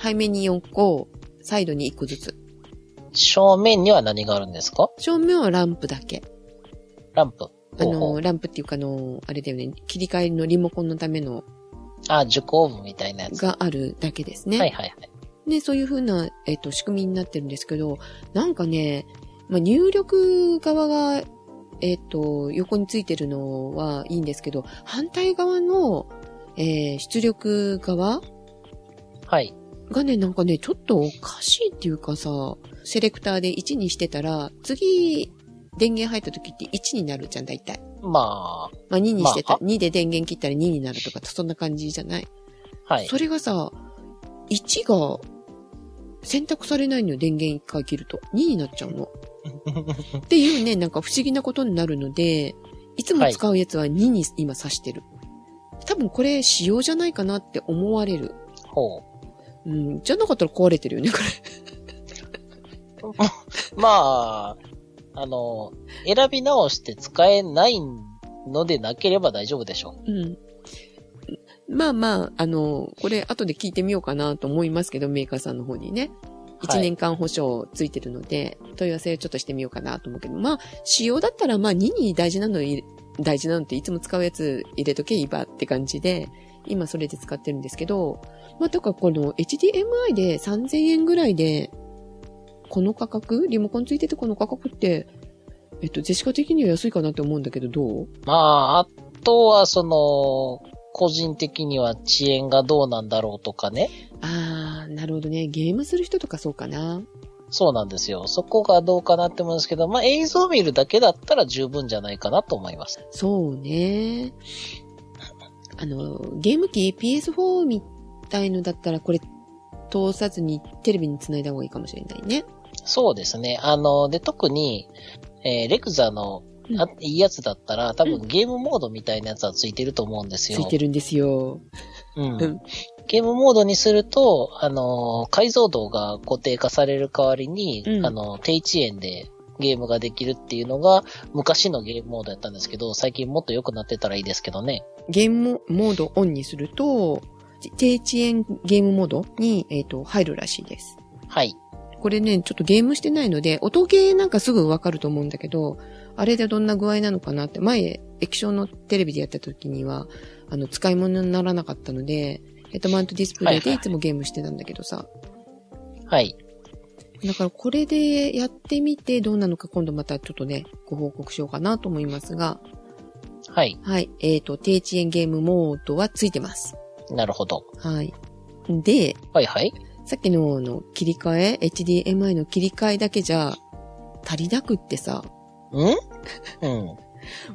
A: 背面に4個、サイドに1個ずつ。
B: 正面には何があるんですか
A: 正面はランプだけ。
B: ランプ。
A: あ
B: ほうほう
A: の、ランプっていうか、あの、あれだよね、切り替えのリモコンのための
B: あ、受光部みたいなやつ。は
A: があるだけです
B: い
A: ね。
B: はいはい。
A: ね、そういう風な、えっと、仕組みになってるんですけど、なんかね、まあ、入力側が、えっと、横についてるのはいいんですけど、反対側の、えー出力側
B: はい。
A: がね、なんかね、ちょっとおかしいっていうかさ、セレクターで1にしてたら、次、電源入った時って1になるじゃん、大体。
B: ま
A: まあ、2にしてた、
B: まあ
A: 2で電源切ったら2になるとか、そんな感じじゃない
B: あ、はい。
A: それがさ、1が選択されないのよ、電源1回切ると。2になっちゃうの。っていうね、なんか不思議なことになるので、いつも使うやつは2に今挿してる。多分これ仕様じゃないかなって思われる。
B: ほ
A: うん、じゃなかったら壊れてるよね、これ。
B: う。まあ、あの、選び直して使えないのでなければ大丈夫でしょ
A: うん。まあまあ、あの、これ後で聞いてみようかなと思いますけど、メーカーさんの方にね。
B: は
A: 1
B: い
A: 年間保証ついてるので、問い合わせをちょっとしてみようかなと思うけど、まあ、仕様だったら、まあ、2に大事なの入れ、大事なのっていつも使うやつ入れとけばって感じで、今それで使ってるんですけど、まあ、だからこの HDMI で3000円ぐらいで、この価格リモコンついててこの価格って、えっと、ジェシカ的には安いかなって思うんだけど、どう
B: う。まあ、あとは、その、個人的には遅延がどうなんだろうとかね。
A: あー、なるほどね。ゲームする人とかそうかな。
B: そうなんですよ。そこがどうかなって思うんですけど、まあ、映像を見るだけだったら十分じゃないかなと思います。
A: そうね。あの、ゲーム機 PS4 みたいのだったらこれ通さずにテレビに繋いだ方がいいかもしれないね。
B: そうですね。あの、で、特に、えーレクザの、あいいやつだったら、多分ゲームモードみたいなやつはついてると思うんです
A: つ
B: よ。
A: いてるんですよ。
B: うん
A: うん
B: ゲームモードにすると、あのー解像度が固定化される代わりに、
A: うん
B: あの、低遅延でゲームができるっていうのが、昔のゲームモードやったんですけど、最近もっと良くなってたらいいですけどね。
A: ゲームモードオンにすると、低遅延ゲームモードに、えっと入るらしいです。
B: はい。
A: これね、ちょっとゲームしてないので、音ゲーなんかすぐわかると思うんだけど、あれでどんな具合なのかなって、前、液晶のテレビでやった時には、あの、使い物にならなかったので、ヘッドマウントディスプレイで
B: はいはい
A: いつもゲームしてたんだけどさ。
B: はい。
A: だからこれでやってみてどうなのか今度またちょっとね、ご報告しようかなと思いますが、
B: はい。
A: はい、えっ、と、低遅延ゲームモードはついてます。
B: なるほど。
A: はい。で、
B: はいはい。
A: さっきのあの切り替え、HDMI の切り替えだけじゃ足りなくってさ、
B: んうん。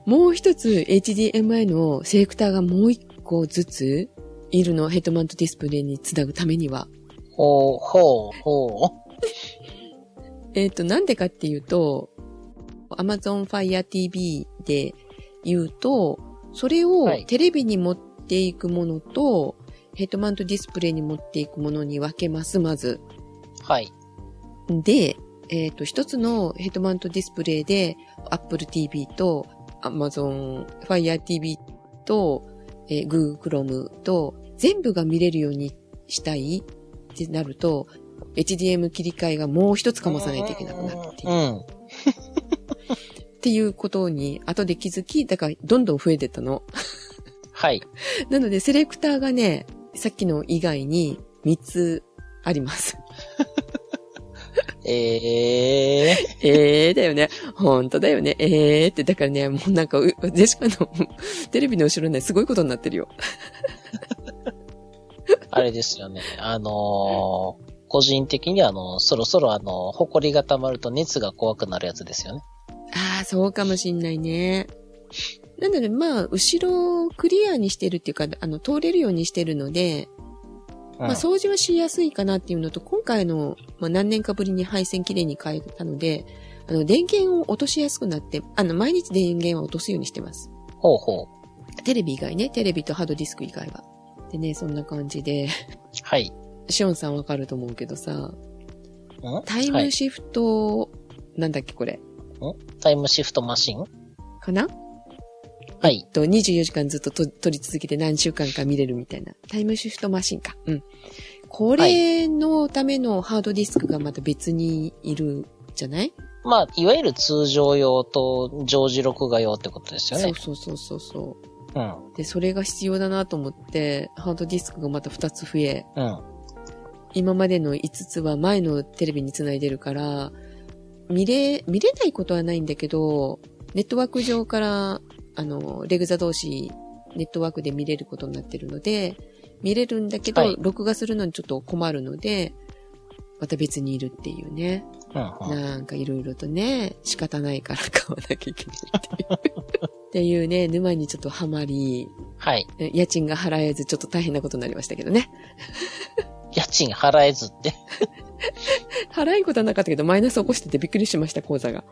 A: もう一つ HDMI のセレクターがもう一個ずついるのヘッドマウントディスプレイにつなぐためには。
B: ほう、ほう、ほう。
A: えっ、と、なんでかっていうと、Amazon Fire TV で言うと、それを
B: はい
A: テレビに持っていくものと、ヘッドマウントディスプレイに持っていくものに分けます、まず。
B: はい。
A: で、えっ、と、一つのヘッドマウントディスプレイで Apple TV と Amazon Fire TV と、えー Google Chrome と全部が見れるようにしたいってなると、HDM 切り替えがもう一つかまさないといけなくなるっていうう。
B: ん。
A: っていうことに後で気づき、だからどんどん増えてったの。
B: はい。
A: なのでセレクターがね、さっきの以外に3つあります。
B: ええー。
A: ええー、だよね。本当だよね。ええー、って、だからね、もうなんか、うジェシカのテレビの後ろね、すごいことになってるよ。
B: あれですよね。あのー個人的にはあの、そろそろあの、埃が溜まると熱が怖くなるやつですよね。
A: ああ、そうかもしんないね。なので、まあ、後ろをクリアにしてるっていうか、あの、通れるようにしてるので、
B: うん
A: まあ、掃除はしやすいかなっていうのと、今回の、まあ、何年かぶりに配線きれいに変えたので、あの、電源を落としやすくなって、あの、毎日電源は落とすようにしてます。
B: ほうほう。
A: テレビ以外ね、テレビとハードディスク以外は。でね、そんな感じで。
B: はい。
A: シオンさんわかると思うけどさ、
B: ん
A: タイ
B: は
A: ム
B: い
A: シフト、なんだっけこれ、
B: タイムシフトマシン
A: かな
B: はい。
A: と ?24 時間ずっとと撮り続けて何週間か見れるみたいな。タイムシフトマシンか。うん。これのためのハードディスクがまた別にいるじゃない
B: まあ、いわゆる通常用と常時録画用ってことですよ
A: そ
B: ね
A: う。そうそうそうそう。
B: うん。
A: で、それが必要だなと思って、ハードディスクがまた2つ増え、
B: うん。
A: 今までの5つは前のテレビにつないでるから、見れ、見れないことはないんだけど、ネットワーク上から、あの、レグザ同士、ネットワークで見れることになってるので、見れるんだけど、
B: はい
A: 録画するのにちょっと困るので、また別にいるっていうね。
B: うん。うん
A: なんかいろいろとね、仕方ないから買わなきゃいけない っていう。っていうね、沼にちょっとハマり、
B: はい。
A: 家賃が払えずちょっと大変なことになりましたけどね。
B: 家賃払えずって。
A: 払いことはなかったけど、マイナス起こしててびっくりしました、口座が。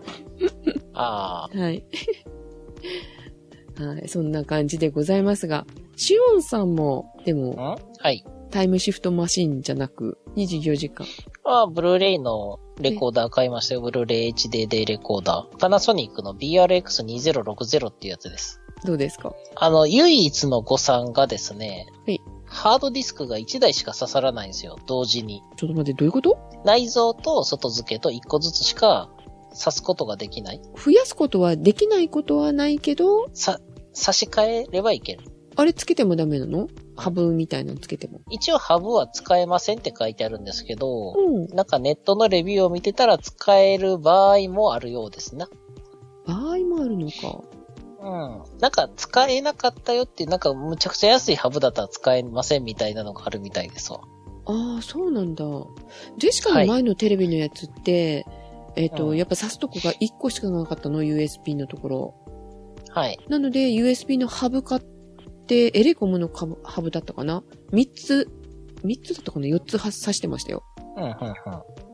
B: あ
A: はい。 はい、そんな感じでございますが、シオンさんも、で
B: あ。ん
A: も、
B: はい。
A: タイムシフトマシンじゃなく、24時間。
B: まあ、ブルーレイのレコーダー買いましたよ。ブルーレイ HDD レコーダー。パナソニックの BRX2060 っていうやつです。
A: どうですか
B: あの、唯一の誤算がですね、
A: はい
B: ハードディスクが1台しか刺さらないんですよ、同時に。
A: ちょっと待って、どういうこと
B: 内蔵と外付けと1個ずつしか刺すことができない。
A: 増やすことはできないことはないけど、
B: さ、差し替えればいける。
A: あれつけてもダメなのハブみたいなのつけても。
B: 一応ハブは使えませんって書いてあるんですけ
A: う
B: ど、
A: ん。
B: なんかネットのレビューを見てたら使える場合もあるようですな。
A: 場合もあるのか。
B: うん。なんか使えなかったよっていう、なんかむちゃくちゃ安いハブだったら使えませんみたいなのがあるみたいですわ。
A: ああ、そうなんだ。ジェシカの前のテレビのやつって、えっ、と、
B: うん
A: やっぱ刺すとこが1個しかなかったの、USB のところ。
B: はい。
A: なので、USB のハブ買って、エレコムのカブハブだったかな ?3 つ、3つだったかな ?4 つは刺してましたよ。
B: うん、うん、うん。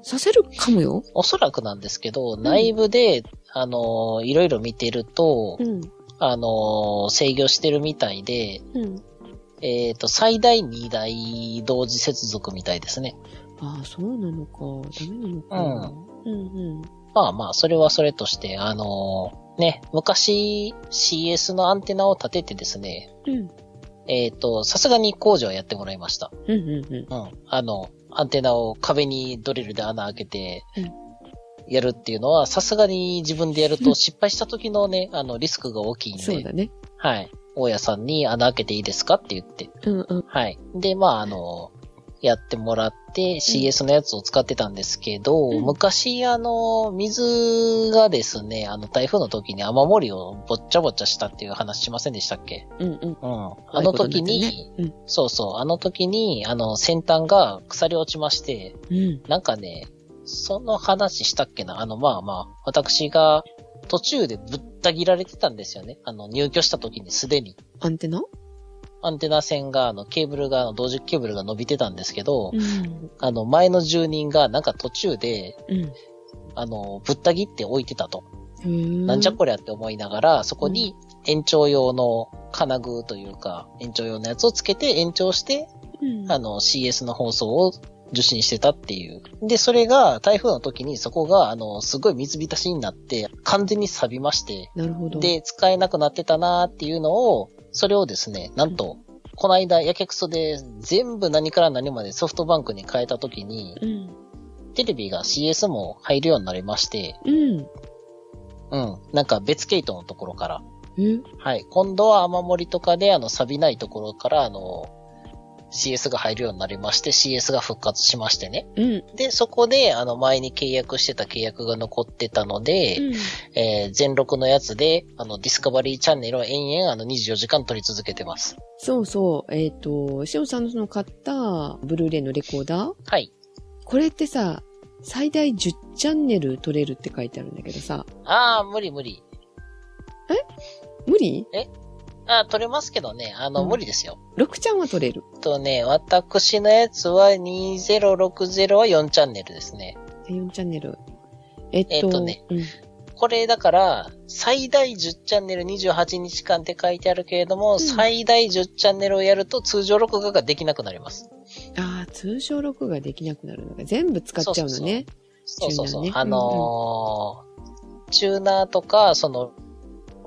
A: 刺せるかもよ。
B: おそらくなんですけど、内部で、あのー、いろいろ見てると
A: う、ん。
B: あのー、制御してるみたいで、
A: うん。
B: えっ、と、最大2台同時接続みたいですね。
A: ああ、そうなのか。ダメなのか。うん。うん
B: まあまあ、それはそれとして、あのー、ね、昔 CS のアンテナを立ててですね、
A: うん。
B: えっ、と、さすがに工場はやってもらいました。
A: うん。うん。うん。
B: うん。あの、アンテナを壁にドリルで穴開けて
A: うん、
B: やるっていうのは、さすがに自分でやると失敗した時 のね、あの、リスクが大きいん
A: そう
B: で、
A: だね。
B: はい。大家さんに穴開けていいですかって言って、
A: うん。うん。
B: はい。で、まあ、あの、やってもらって、CS のやつを使ってたんですけど、
A: うん
B: 昔、あの、水がですね、あの、台風の時に雨漏りをぼっちゃぼっちゃしたっていう話しませんでしたっけ
A: うん。うん。
B: うん。あの時に、
A: うん
B: そうそう、あの時に、あの、先端が腐り落ちまして、
A: うん。
B: なんかね、その話したっけなあの、まあまあ、私が途中でぶった切られてたんですよね。あの、入居した時にすでに。
A: アンテナ
B: アンテナ線が、あの、ケーブルが、あの同時ケーブルが伸びてたんですけど、
A: ん。
B: あの、前の住人が、なんか途中で、
A: うん。
B: あの、ぶった切って置いてたと。
A: な
B: なんじゃこりゃって思いながら、そこに延長用の金具というか、延長用のやつをつけて延長して、
A: うん
B: あの、CS の放送を受信してたっていう。で、それが台風の時にそこが、あの、すごい水浸しになって、完全に錆びまして、
A: なるほど。
B: で、使えなくなってたなーっていうのを、それをですね、なんと、この間、やけくそで全部何から何までソフトバンクに変えた時に、
A: うん。
B: テレビが CS も入るようになりまして、
A: うん。
B: うん、なんか別系統のところから、
A: え
B: はい。今度は雨漏りとかで、あの、錆びないところから、あの、CS が入るようになりまして、CS が復活しましてね。
A: うん。
B: で、そこで、あの、前に契約してた契約が残ってたので、
A: うん
B: えー、全録のやつで、あの、ディスカバリーチャンネルを延々、あの、24時間撮り続けてます。
A: そうそう。えっ、と、しおさんのその買ったブルーレイのレコーダー
B: はい。
A: これってさ、最大10チャンネル撮れるって書いてあるんだけどさ、
B: あー、無理無理。
A: 無理
B: あー、撮れますけどね、あの、
A: うん
B: 無理ですよ。
A: ?6 ちゃんは撮れる。
B: えっとね、私のやつは2060は4チャンネルですね。
A: 4チャンネル。えっと、
B: えっとね
A: うん、
B: これだから、最大10チャンネル28日間って書いてあるけれども、
A: ん
B: 最大10チャンネルをやると通常録画ができなくなります。
A: ああ、通常録画できなくなるのが全部使っちゃうのね。
B: そうそうそう。
A: チューナーね
B: あのーチューナーとか、その、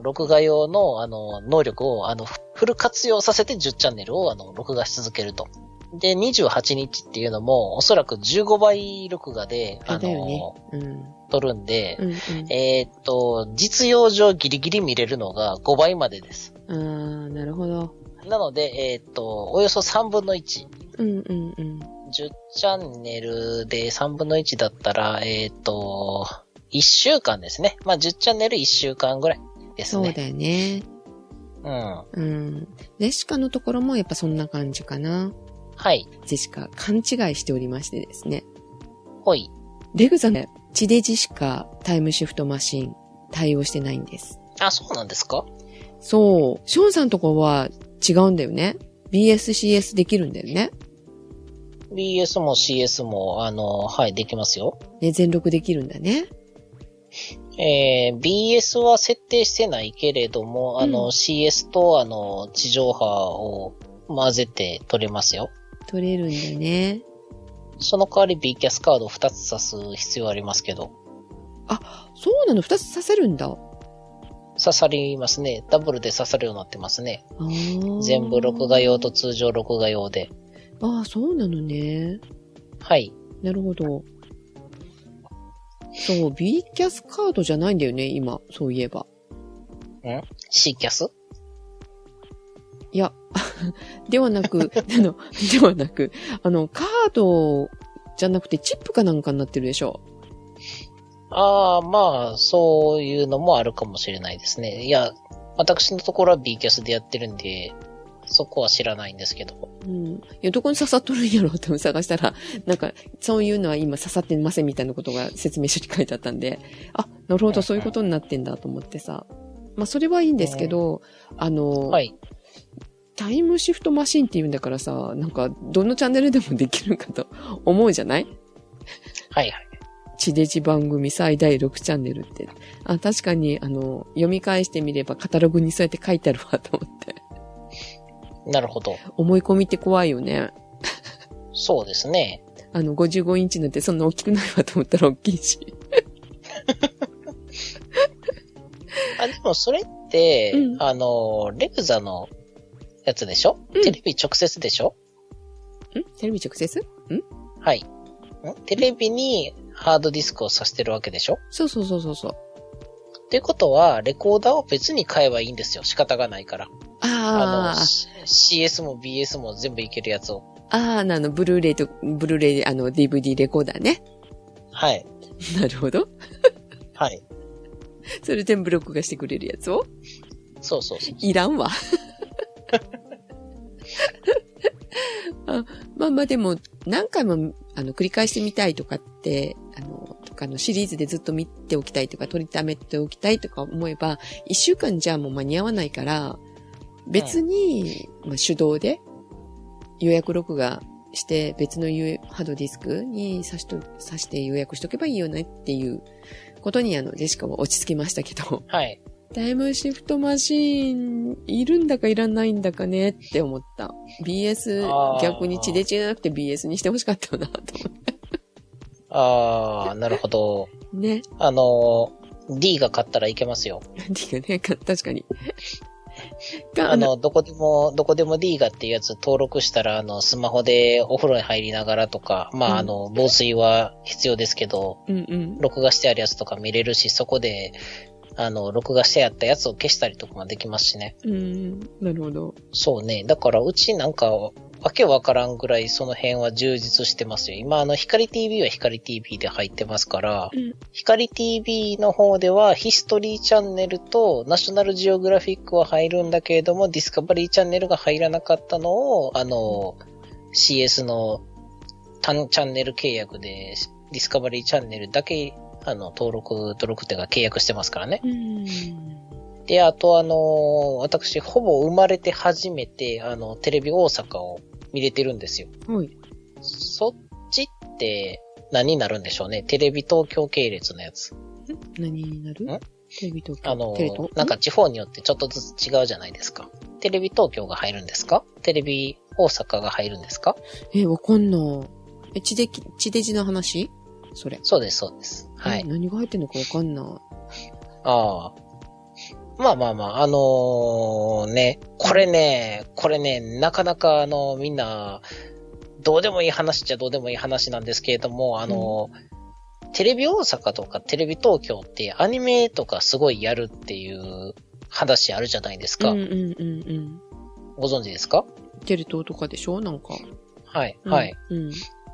B: 録画用の、あの、能力を、あの、フル活用させて10チャンネルを、あの、録画し続けると。で、28日っていうのも、おそらく15倍録画で、あ
A: あ
B: のー
A: だよねうん。
B: 撮るんで、
A: うん。
B: えーっと、実用上ギリギリ見れるのが5倍までです。
A: うん。ああ、なるほど。
B: なので、えーっと、およそ3分の1。
A: うんうんうん。
B: 10チャンネルで3分の1だったら、えーっと、1週間ですね。まあ、10チャンネル1週間ぐらいです
A: そう
B: ね。
A: だよね。
B: うん。
A: うん。ジェシカのところもやっぱそんな感じかな。
B: はい。
A: ジェシカ勘違いしておりましてですね。
B: ほい。
A: レグザの地デジしかタイムシフトマシン対応してないんです。
B: あ、そうなんですか
A: そう。ショーンさんとこは違うんだよね。BSCS できるんだよね。
B: ?BS も CS も、あの、はい、できますよ。
A: ね、全録できるんだね。
B: えー、BS は設定してないけれども、あ
A: う
B: の、
A: ん
B: CS と、あの、地上波を混ぜて撮れますよ。
A: 取れるんだね。
B: その代わり B キャスカード2つ挿す必要ありますけど。
A: そうなの二つ刺せるんだ。あ
B: 刺さりますね。ダブルで刺さるようになってますね。
A: ー
B: 全部録画用と。通常録画用で。
A: ああ、そうなのね。
B: はい。
A: なるほど。そう、B キャスカードじゃないんだよね、今。そういえば。
B: C キャス
A: いや、 ではなく、 あの、ではなく、あの、カードじゃなくてチップかなんかになってるでしょ。
B: ああ、まあ、そういうのもあるかもしれないですね。いや、私のところは B キャスでやってるんで、そこは知らないんですけど。
A: うん。いや、どこに刺さっとるんやろうって探したら、 なんか、そういうのは今刺さってませんみたいなことが説明書に書いてあったんで、あ、なるほど、そういうことになってんだと思ってさ。まあ、それはいいんですけど、あの、
B: はい。
A: タイムシフトマシンって言うんだからさ、なんか、どのチャンネルでもできるかと思うじゃない
B: はいはい。
A: 地デジ番組最大6チャンネルって。あ、確かに、あの、読み返してみればカタログにそうやって書いてあるわと思って。
B: なるほど。
A: 思い込みって怖いよね。
B: そうですね。
A: あの、55インチなんてそんな大きくないわと思ったら大きいし。
B: あ、でもそれって、
A: うん
B: あの、レグザのやつでしょ、
A: うん
B: テレビ直接でしょ
A: んテレビ直接
B: はい。んテレビにハードディスクを挿してるわけでしょ
A: そうそうそうそうそう。
B: っていうことは、レコーダーを別に買えばいいんですよ。仕方がないから。あ
A: あ
B: の、C- CS も BS も全部いけるやつを。
A: あ、ああ、あの、ブルーレイと、ブルーレイ、あの、DVD レコーダーね。
B: はい。
A: なるほど。
B: はい。
A: それ全部録画してくれるやつを
B: そうそうそう。
A: いらんわ。あまあまあでも、何回も、あの、繰り返してみたいとかって、あの、とかのシリーズでずっと見ておきたいとか、取りためておきたいとか思えば、一週間じゃもう間に合わないから、別に、まあ手動で予約録画して、別のゆハードディスクに挿しと、挿して予約しとけばいいよねっていうことに、あの、ジェシカは落ち着きましたけど。
B: はい。
A: タイムシフトマシーン、いるんだかいらないんだかねって思った。BS
B: あ、ー
A: 逆に地デジじゃなくて BS にしてほしかったよな、と思っ
B: あー、なるほど。
A: て。ね。
B: あの、D が買ったらいけますよ。
A: なんていうかね、か確かに。か、
B: あ
A: あの、
B: の、どこでも、どこでも D がっていうやつ登録したら、あの、スマホでお風呂に入りながらとか、
A: う
B: ま
A: ん
B: あ、あの、防水は必要ですけど、
A: うんうん。
B: 録画してあるやつとか見れるし、そこで、あの、録画してあったやつを消したりとかもできますしね。
A: うん、なるほど。
B: そうね。だから、うちなんか、わけわからんぐらいその辺は充実してますよ。今、あの、光 TV は光 TV で入ってますから、
A: うん
B: 光 TV の方では、ヒストリーチャンネルと、ナショナルジオグラフィックは入るんだけれども、ディスカバリーチャンネルが入らなかったのを、あの、CS の単チャンネル契約で、ディスカバリーチャンネルだけ、あの、登録、登録っていうか契約してますからね。
A: うん。
B: で、あとあのー私、ほぼ生まれて初めて、あの、テレビ大阪を見れてるんですよ。
A: はい。
B: そっちって何になるんでしょうね。テレビ東京系列のやつ。
A: 何になる
B: ん
A: テレビ東京。
B: あの
A: テレ東
B: ーなんか、地方によってちょっとずつ違うじゃないですか。テレビ東京が入るんですかテレビ大阪が入るんですか
A: え、わかんない。え、地デジ、地デジの話それ。
B: そうです、そうです。はい
A: え。何が入ってんのかわかんな
B: ああ。まあまあまあ、あのーね、これね、これね、なかなかあの、みんな、どうでもいい話っちゃどうでもいい話なんですけれども、あのーテレビ大阪とかテレビ東京ってアニメとかすごいやるっていう話あるじゃないです
A: い。
B: か。
A: うんうんうんうん。
B: ご存知ですか
A: テレ東とかでしょなんか。
B: はい、
A: うん
B: はい。。
A: うん。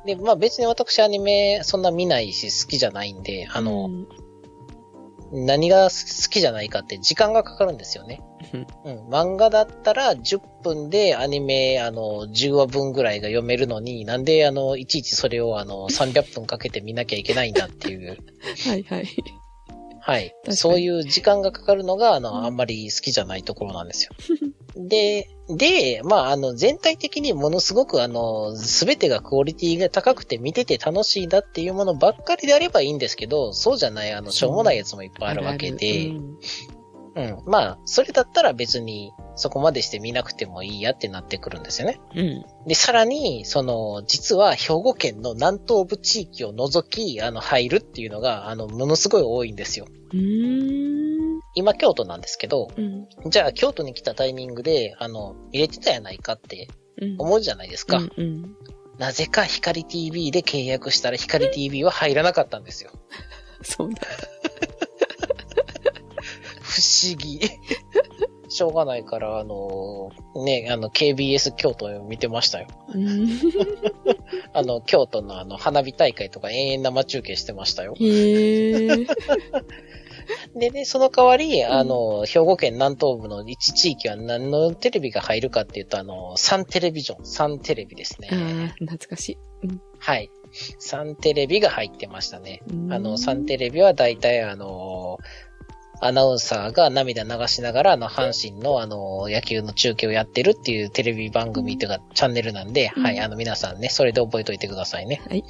B: で、まあ別に私アニメそんな見ないし好きじゃないんで、あの、
A: うん
B: 何が好きじゃないかって時間がかかるんですよね。うん、漫画だったら10分でアニメ、あの、10話分ぐらいが読めるのに、なんで、あの、いちいちそれを、あの、300分かけて見なきゃいけないんだって いう、
A: はいはい。
B: はい
A: か。に
B: そういう時間がかかるのが、あ
A: うん
B: の、あんまり好きじゃないところなんですよ。で、で、まあ、あの、全体的にものすごく、あの、すべてがクオリティが高くて見てて楽しいなっていうものばっかりであればいいんですけど、そうじゃない、あの、しょうもないやつもいっぱいあるわけで、
A: るうん
B: うん。まあ、それだったら別にそこまでして見なくてもいいやってなってくるんですよね。
A: うん。
B: で、さらに、その、実は兵庫県の南東部地域を除き、あの、入るっていうのが、あの、ものすごい多いんですよ。
A: うーん。
B: 今、京都なんですけど、
A: うん。
B: じゃあ、京都に来たタイミングで、あの、入れてたやないかって
A: うん。
B: 思うじゃないですか。
A: うんうん。
B: なぜか、光 TV で契約したら、光 TV は入らなかったんですよ。
A: そうだ。
B: 不 思議。しょうがないから、あの、ね、あの、KBS 京都を見てましたよ。
A: うん。
B: あの、京都のあの、花火大会とか永遠生中継してましたよ。
A: へえ。
B: でね、その代わり、あの、兵庫県南東部の一地域は何のテレビが入るかっていうと、あの、サンテレビジョン、サンテレビですね。
A: ああ、懐かしい。
B: はい。サンテレビが入ってましたね。
A: うん
B: あの、サンテレビは大体あの、アナウンサーが涙流しながら、あの、阪神の、あの、野球の中継をやってるっていうテレビ番組というか、チャンネルなんで、
A: うん
B: はい、あの、皆さんね、それで覚えておいてくださいね。
A: はい。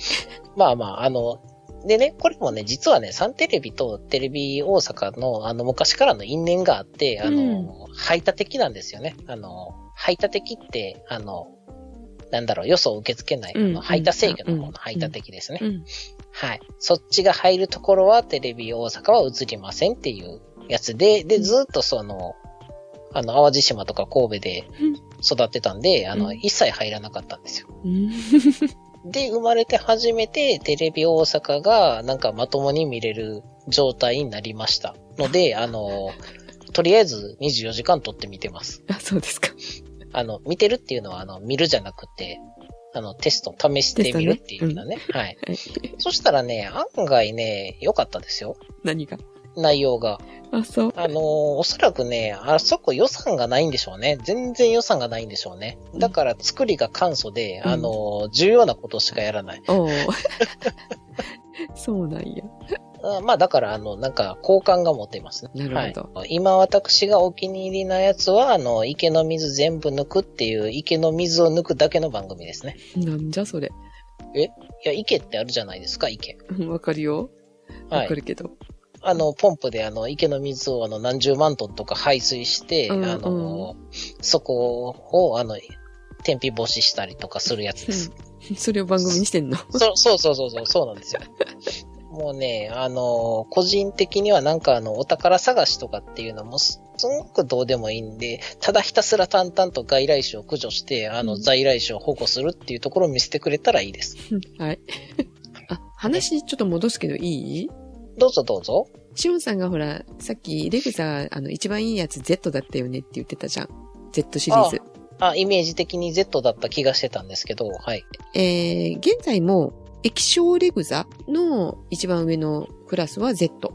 B: まあまあ、あの、でね、これもね、実はね、サンテレビとテレビ大阪の、あの、昔からの因縁があって、あの、排他的なんですよね。あの、排他的って、あの、なんだろう、予想を受け付けない、あ
A: うん
B: の排他制御の
A: う
B: 方
A: ん
B: の排他的ですね。
A: うん。
B: はい。そっちが入るところはテレビ大阪は映りませんっていうやつで、で、ずっとその、あの、淡路島とか神戸で
A: うん
B: 育ってたんで、あ
A: う
B: の、
A: ん
B: 一切入らなかったんですよ。
A: うん。
B: で、生まれて初めてテレビ大阪がなんかまともに見れる状態になりました。ので、あの、とりあえず24時間撮って見てます。
A: あ、そうですか。
B: あの、見てるっていうのは、あの、見るじゃなくて、あの、テスト、試してみるっていうのね。はい
A: はい。
B: そしたらね、案外ね、良かったですよ。
A: 何が。
B: 内容が。
A: あ、そう。
B: あのーおそらくね、あそこ予算がないんでしょうね。全然予算がないんでしょうね。だから作りが簡素で、
A: うん
B: あのー重要なことしかやらない。
A: おお。そうなんや。
B: あまあだから、あの、なんか、好感が持てますね。
A: なるほど。
B: はい、今私がお気に入りなやつは、あの、池の水全部抜くっていう、池の水を抜くだけの番組ですね。
A: なんじゃそれ。
B: いや、池ってあるじゃないですか、池。
A: うんわかるよ。
B: は
A: わか
B: い。
A: るけど。
B: あの、ポンプで、あの、池の水を、あの、何十万トンとか排水して、
A: うん
B: あの、そこを、あの、天日干ししたりとかするやつです。
A: それを番組にしてんの。
B: そそうそうそうそう、そうなんですよ。 もうね、あの、個人的にはなんかあの、お宝探しとかっていうのもす、すごくどうでもいいんで、ただひたすら淡々と外来種を駆除して、あ
A: う
B: の、
A: ん
B: 在来種を保護するっていうところを見せてくれたらいいです。
A: はい。あ、話ちょっと戻すけどいい
B: どうぞどうぞ。
A: シオンさんがほら、さっきレグザ、あの、一番いいやつ Z だったよねって言ってたじゃん。Z シリーズ。
B: あ、イメージ的に Z だった気がしてたんですけど、はい。
A: えー、現在も、液晶レグザの一番上のクラスは Z。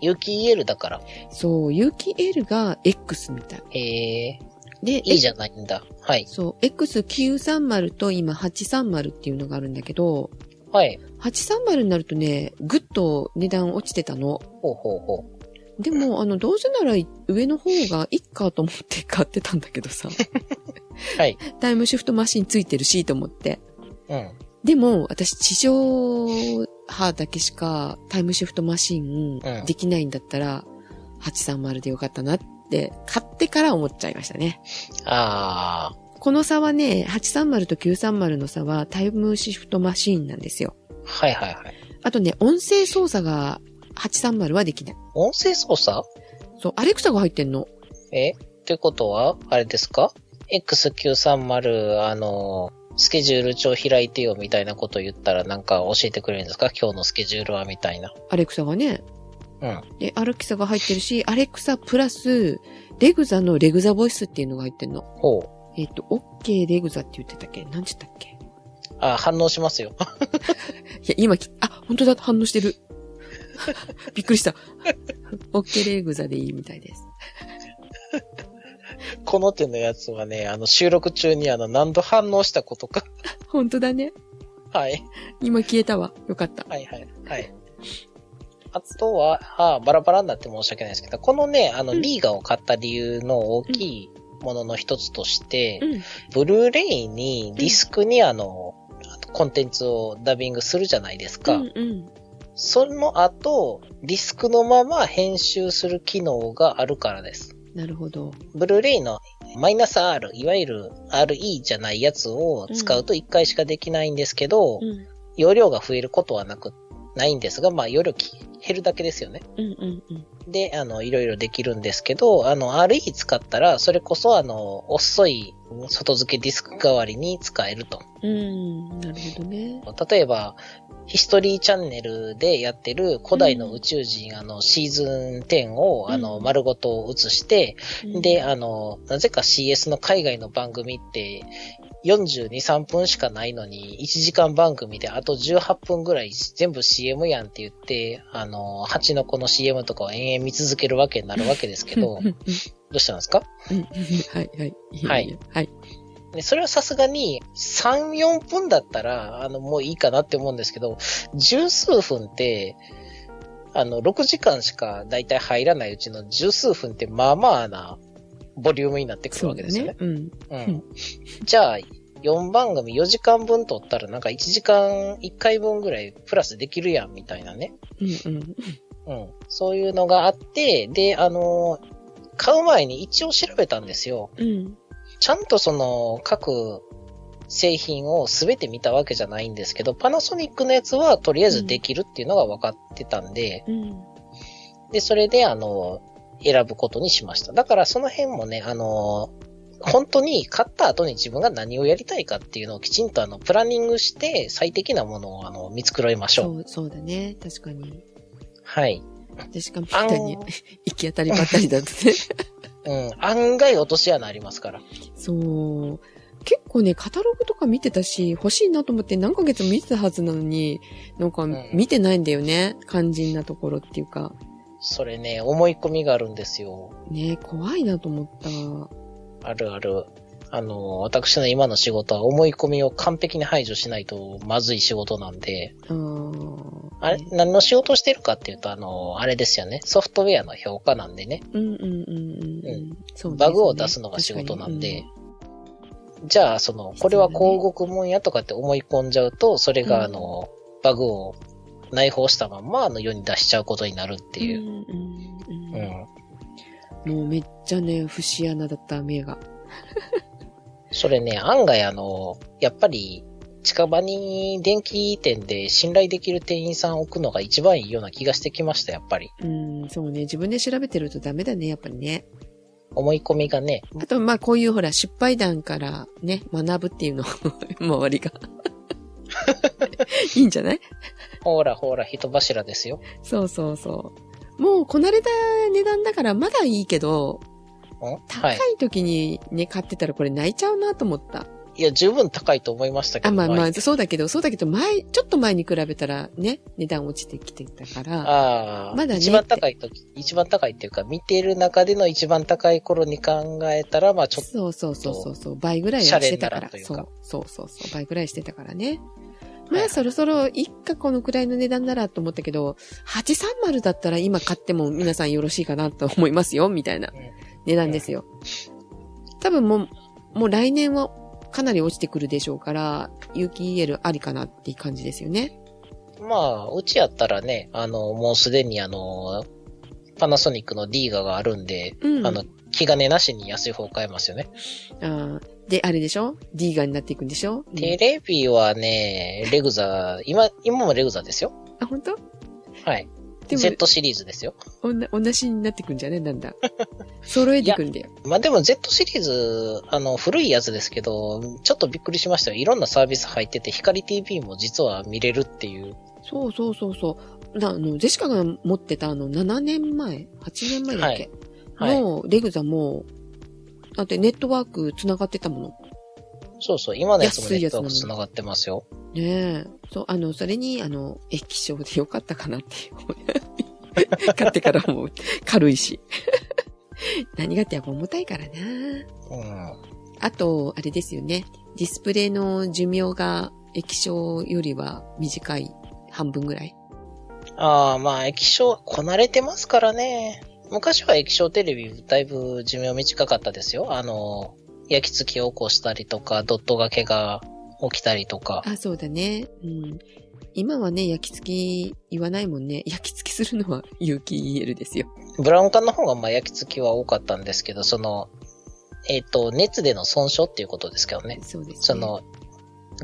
B: 有機 EL だから。
A: そう、有機 L が X みたい。
B: へえ、
A: で、
B: いいじゃないんだ。はい。
A: そう、X930 と今830っていうのがあるんだけど、
B: はい。
A: 830になるとね、ぐっと値段落ちてたの。
B: ほうほうほう。
A: でも、あの、どうせなら上の方がいっかと思って買ってたんだけどさ。
B: はい。
A: タイムシフトマシンついてるしと思って。
B: うん。
A: でも、私、地上波だけしかタイムシフトマシン
B: ん
A: できないんだったら、830でよかったなって、買ってから思っちゃいましたね。
B: あ
A: この差はね、830と930の差はタイムシフトマシンなんですよ。
B: ー。はいはいはい。
A: あとね、音声操作が830はできない。
B: 音声操作
A: そう、アレクサが入ってんの。
B: えってことは、あれですか ?X930、あの、スケジュール帳開いてよみたいなこと言ったらなんか教えてくれるんですか今日のスケジュールはみたいな。
A: アレクサがね。
B: うん。
A: で、アレクサが入ってるし、アレクサプラス、レグザのレグザボイスっていうのが入ってんの。
B: ほう。
A: えっ、と、OK レグザって言ってたっけなんて言ったっけ
B: あ、反応しますよ。
A: いや、今き、あ、本当だ、反応してる。 びっくりした。OK レグザでいいみたいです。
B: この手のやつはね、あの、収録中にあの、何度反応したことか。
A: 本当だね。
B: はい。
A: 今消えたわ。よかった。
B: はいはい。はい。あとは、あバラバラになって申し訳ないですけど、このね、あの、
A: うん
B: リーガを買った理由の大きいものの一つとして、
A: うん。
B: ブルーレイにディスクにあの、コンテンツをダビングするじゃないですか。
A: うんうん。
B: その後、ディスクのまま編集する機能があるからです。
A: なるほど。
B: ブルーレイのマイナス R、いわゆる RE じゃないやつを使うと1回しかできないんですけ
A: う
B: ど、
A: ん。
B: 容量が増えることはなく、ないんですが、まあ、容量き減るだけですよね。
A: うんうんうん。
B: で、あの、いろいろできるんですけど、あの、RE 使ったら、それこそ、あの、遅い外付けディスク代わりに使えると。
A: うん。なるほどね。
B: 例えば、ヒストリーチャンネルでやってる古代の宇宙人、あの、シーズン10を、あの、
A: うん
B: 丸ごと映して、
A: うん
B: で、、あの、なぜか CS の海外の番組って、42、3分しかないのに、1時間番組であと18分ぐらい全部 CM やんって言って、あの、ハチノコの CM とかを延々見続けるわけになるわけです けど、どうしたんですか
A: はいはい。いえいえ。はい。
B: でそれはさすがに、3、4分だったら、あの、もういいかなって思うんですけど、十数分って、あの、6時間しかだいたい入らないうちの十数分って、まあまあな、ボリュームになってくる
A: そ
B: わ
A: う
B: け
A: だ
B: ですよね
A: ね。。うん。
B: うん。 じゃあ、4番組4時間分撮ったら、なんか1時間1回分ぐらいプラスできるやん、みたいなね。
A: うんうん。
B: うん。そういうのがあって、で、あの、買う前に一応調べたんですよ。
A: うん。
B: ちゃんとその、各製品を全て見たわけじゃないんですけど、パナソニックのやつはとりあえずできるっていうのが分かってたんで、
A: うん。
B: で、それで、あの、選ぶことにしました。だからその辺もね、あの、本当に買った後に自分が何をやりたいかっていうのをきちんとあの、プランニングして最適なものをあの、見繕いましょう。
A: そう、そうだね。確かに。
B: はい。
A: 確かにぴっ
B: あ
A: たり
B: の、
A: 行き当たりばったりだってね。
B: うん、案外落とし穴ありますから。
A: そう。結構ね、カタログとか見てたし、欲しいなと思って何ヶ月も見てたはずなのに、なんか
B: ん
A: 見てないんだよね。肝心なところっていうか。
B: それね、思い込みがあるんですよ。
A: ね怖いなと思った。
B: あるある。あの、私の今の仕事は思い込みを完璧に排除しないとまずい仕事なんで、
A: あー
B: あれ、何の仕事をしてるかっていうと、あの、あれですよね。ソフトウェアの評価なんでね。
A: うんうんうんうん
B: う
A: うん。そうね
B: バグを出すのが仕事なんで。、じゃあ、その、これはこう動くもんやとかって思い込んじゃうと、それ
A: うん
B: が、あの、バグを内包したまんま、あの、世に出しちゃうことになるって
A: 確かに
B: いう。
A: うんうんうん
B: う。
A: うんんもうめっちゃね、節穴だった、目が。
B: それね、案外あの、やっぱり、近場に電気店で信頼できる店員さん置くのが一番いいような気がしてきました、やっぱり。
A: うん、そうね。自分で調べてるとダメだね、やっぱりね。
B: 思い込みがね、
A: あと、まあ、こういうほら、失敗談からね、学ぶっていうのを 周りが。 いいんじゃない
B: ほらほら人柱ですよ。
A: そうそうそう。もう、こなれた値段だから、まだいいけど、
B: うん
A: 高
B: はいい。
A: 時にね、買ってたらこれ泣いちゃうなと思った。
B: いや、十分高いと思いましたけ
A: あ、
B: ど。
A: まあま
B: 前
A: あ、そうだけど、そうだけど、前、ちょっと前に比べたらね、値段落ちてきてたから、
B: ああ、
A: まだね
B: 一番高い時、一番高いっていうか、見てる中での一番高い頃に考えたら、まあちょっと、
A: そうそうそうそうそう、倍ぐらいはしてたから
B: シャレにならんとい。う
A: そ
B: か
A: うそうそうそう、倍ぐらいしてたからね。
B: はい
A: ま
B: は
A: あ
B: い
A: そろそろ、一家このくらいの値段ならと思ったけど、830だったら今買っても皆さんよろしいかなと思いますよ、みたいな
B: うん
A: 値段ですよ。多分もう、もう来年はかなり落ちてくるでしょうから、有機 EL ありかなっていう感じですよね。
B: まあ、うちやったらね、あの、もうすでにあの、パナソニックのディーガがあるんで、
A: うん。
B: あの、気兼ねなしに安い方買えますよね。
A: あーで、あれでしょディーガンになっていくんでしょ、うん
B: テレビはね、レグザ、今、今もレグザですよ。
A: あ、本当
B: はい。
A: でも、
B: Z シリーズですよ。
A: おんな同じになってくんじゃねなんだ。揃えてくんだよ。
B: まあでも Z シリーズ、あの、古いやつですけど、ちょっとびっくりしましたよ。いろんなサービス入ってて、光 TV も実は見れるっていう。
A: そうそうそうそう。なあの、ジェシカが持ってたあの、7年前 ?8 年前だっけ、
B: はいはい
A: の、レグザも、だってネットワーク繋がってたもの。
B: そうそう、今のやつもネットワーク
A: 安いやつな
B: 繋がってますよ。
A: ねえ。そう、あの、それに、あの、液晶でよかったかなっていう。 買ってからも軽いし。 何がってやっぱ重たいからな。
B: うん。
A: あと、あれですよね。ディスプレイの寿命が液晶よりは短い半分ぐらい。
B: ああ、まあ液晶、こなれてますからね。昔は液晶テレビ、だいぶ寿命短かったですよ。あの、焼き付きを起こしたりとか、ドットがけが起きたりとか。
A: あ、そうだね。うん。今はね、焼き付き言わないもんね。 焼き付きするのは有機 EL ですよ。
B: ブラウン管の方がまあ焼き付きは多かったんですけど、その、えっ、と、熱での損傷っていうことですけどね。
A: そうです、ね。
B: そ、の、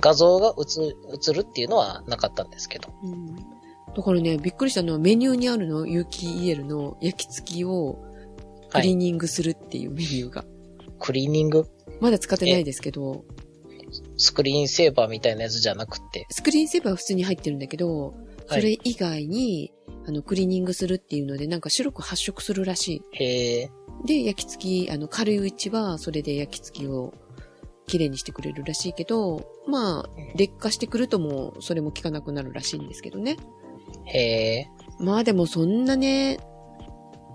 B: 画像が映映るっていうのはなかったんですけど。
A: うん。だからね、びっくりしたのはメニューにあるの、有機 EL の焼き付きをク
B: は
A: リー
B: い。
A: ニングするっていうメニューが。
B: クリーニング、
A: まだ使ってないですけど、
B: スクリーンセーバーみたいなやつじゃなくて。
A: スクリーンセーバーは普通に入ってるんだけど、そ
B: はい
A: れ以外に、あの、クリーニングするっていうので、なんか白く発色するらしい。
B: へえ。
A: で、焼き付き、あの、軽いうちは、それで焼き付きを綺麗にしてくれるらしいけど、まあ、劣化してくるともう、それも効かなくなるらしいんですけどね。
B: へえ。
A: まあでもそんなね、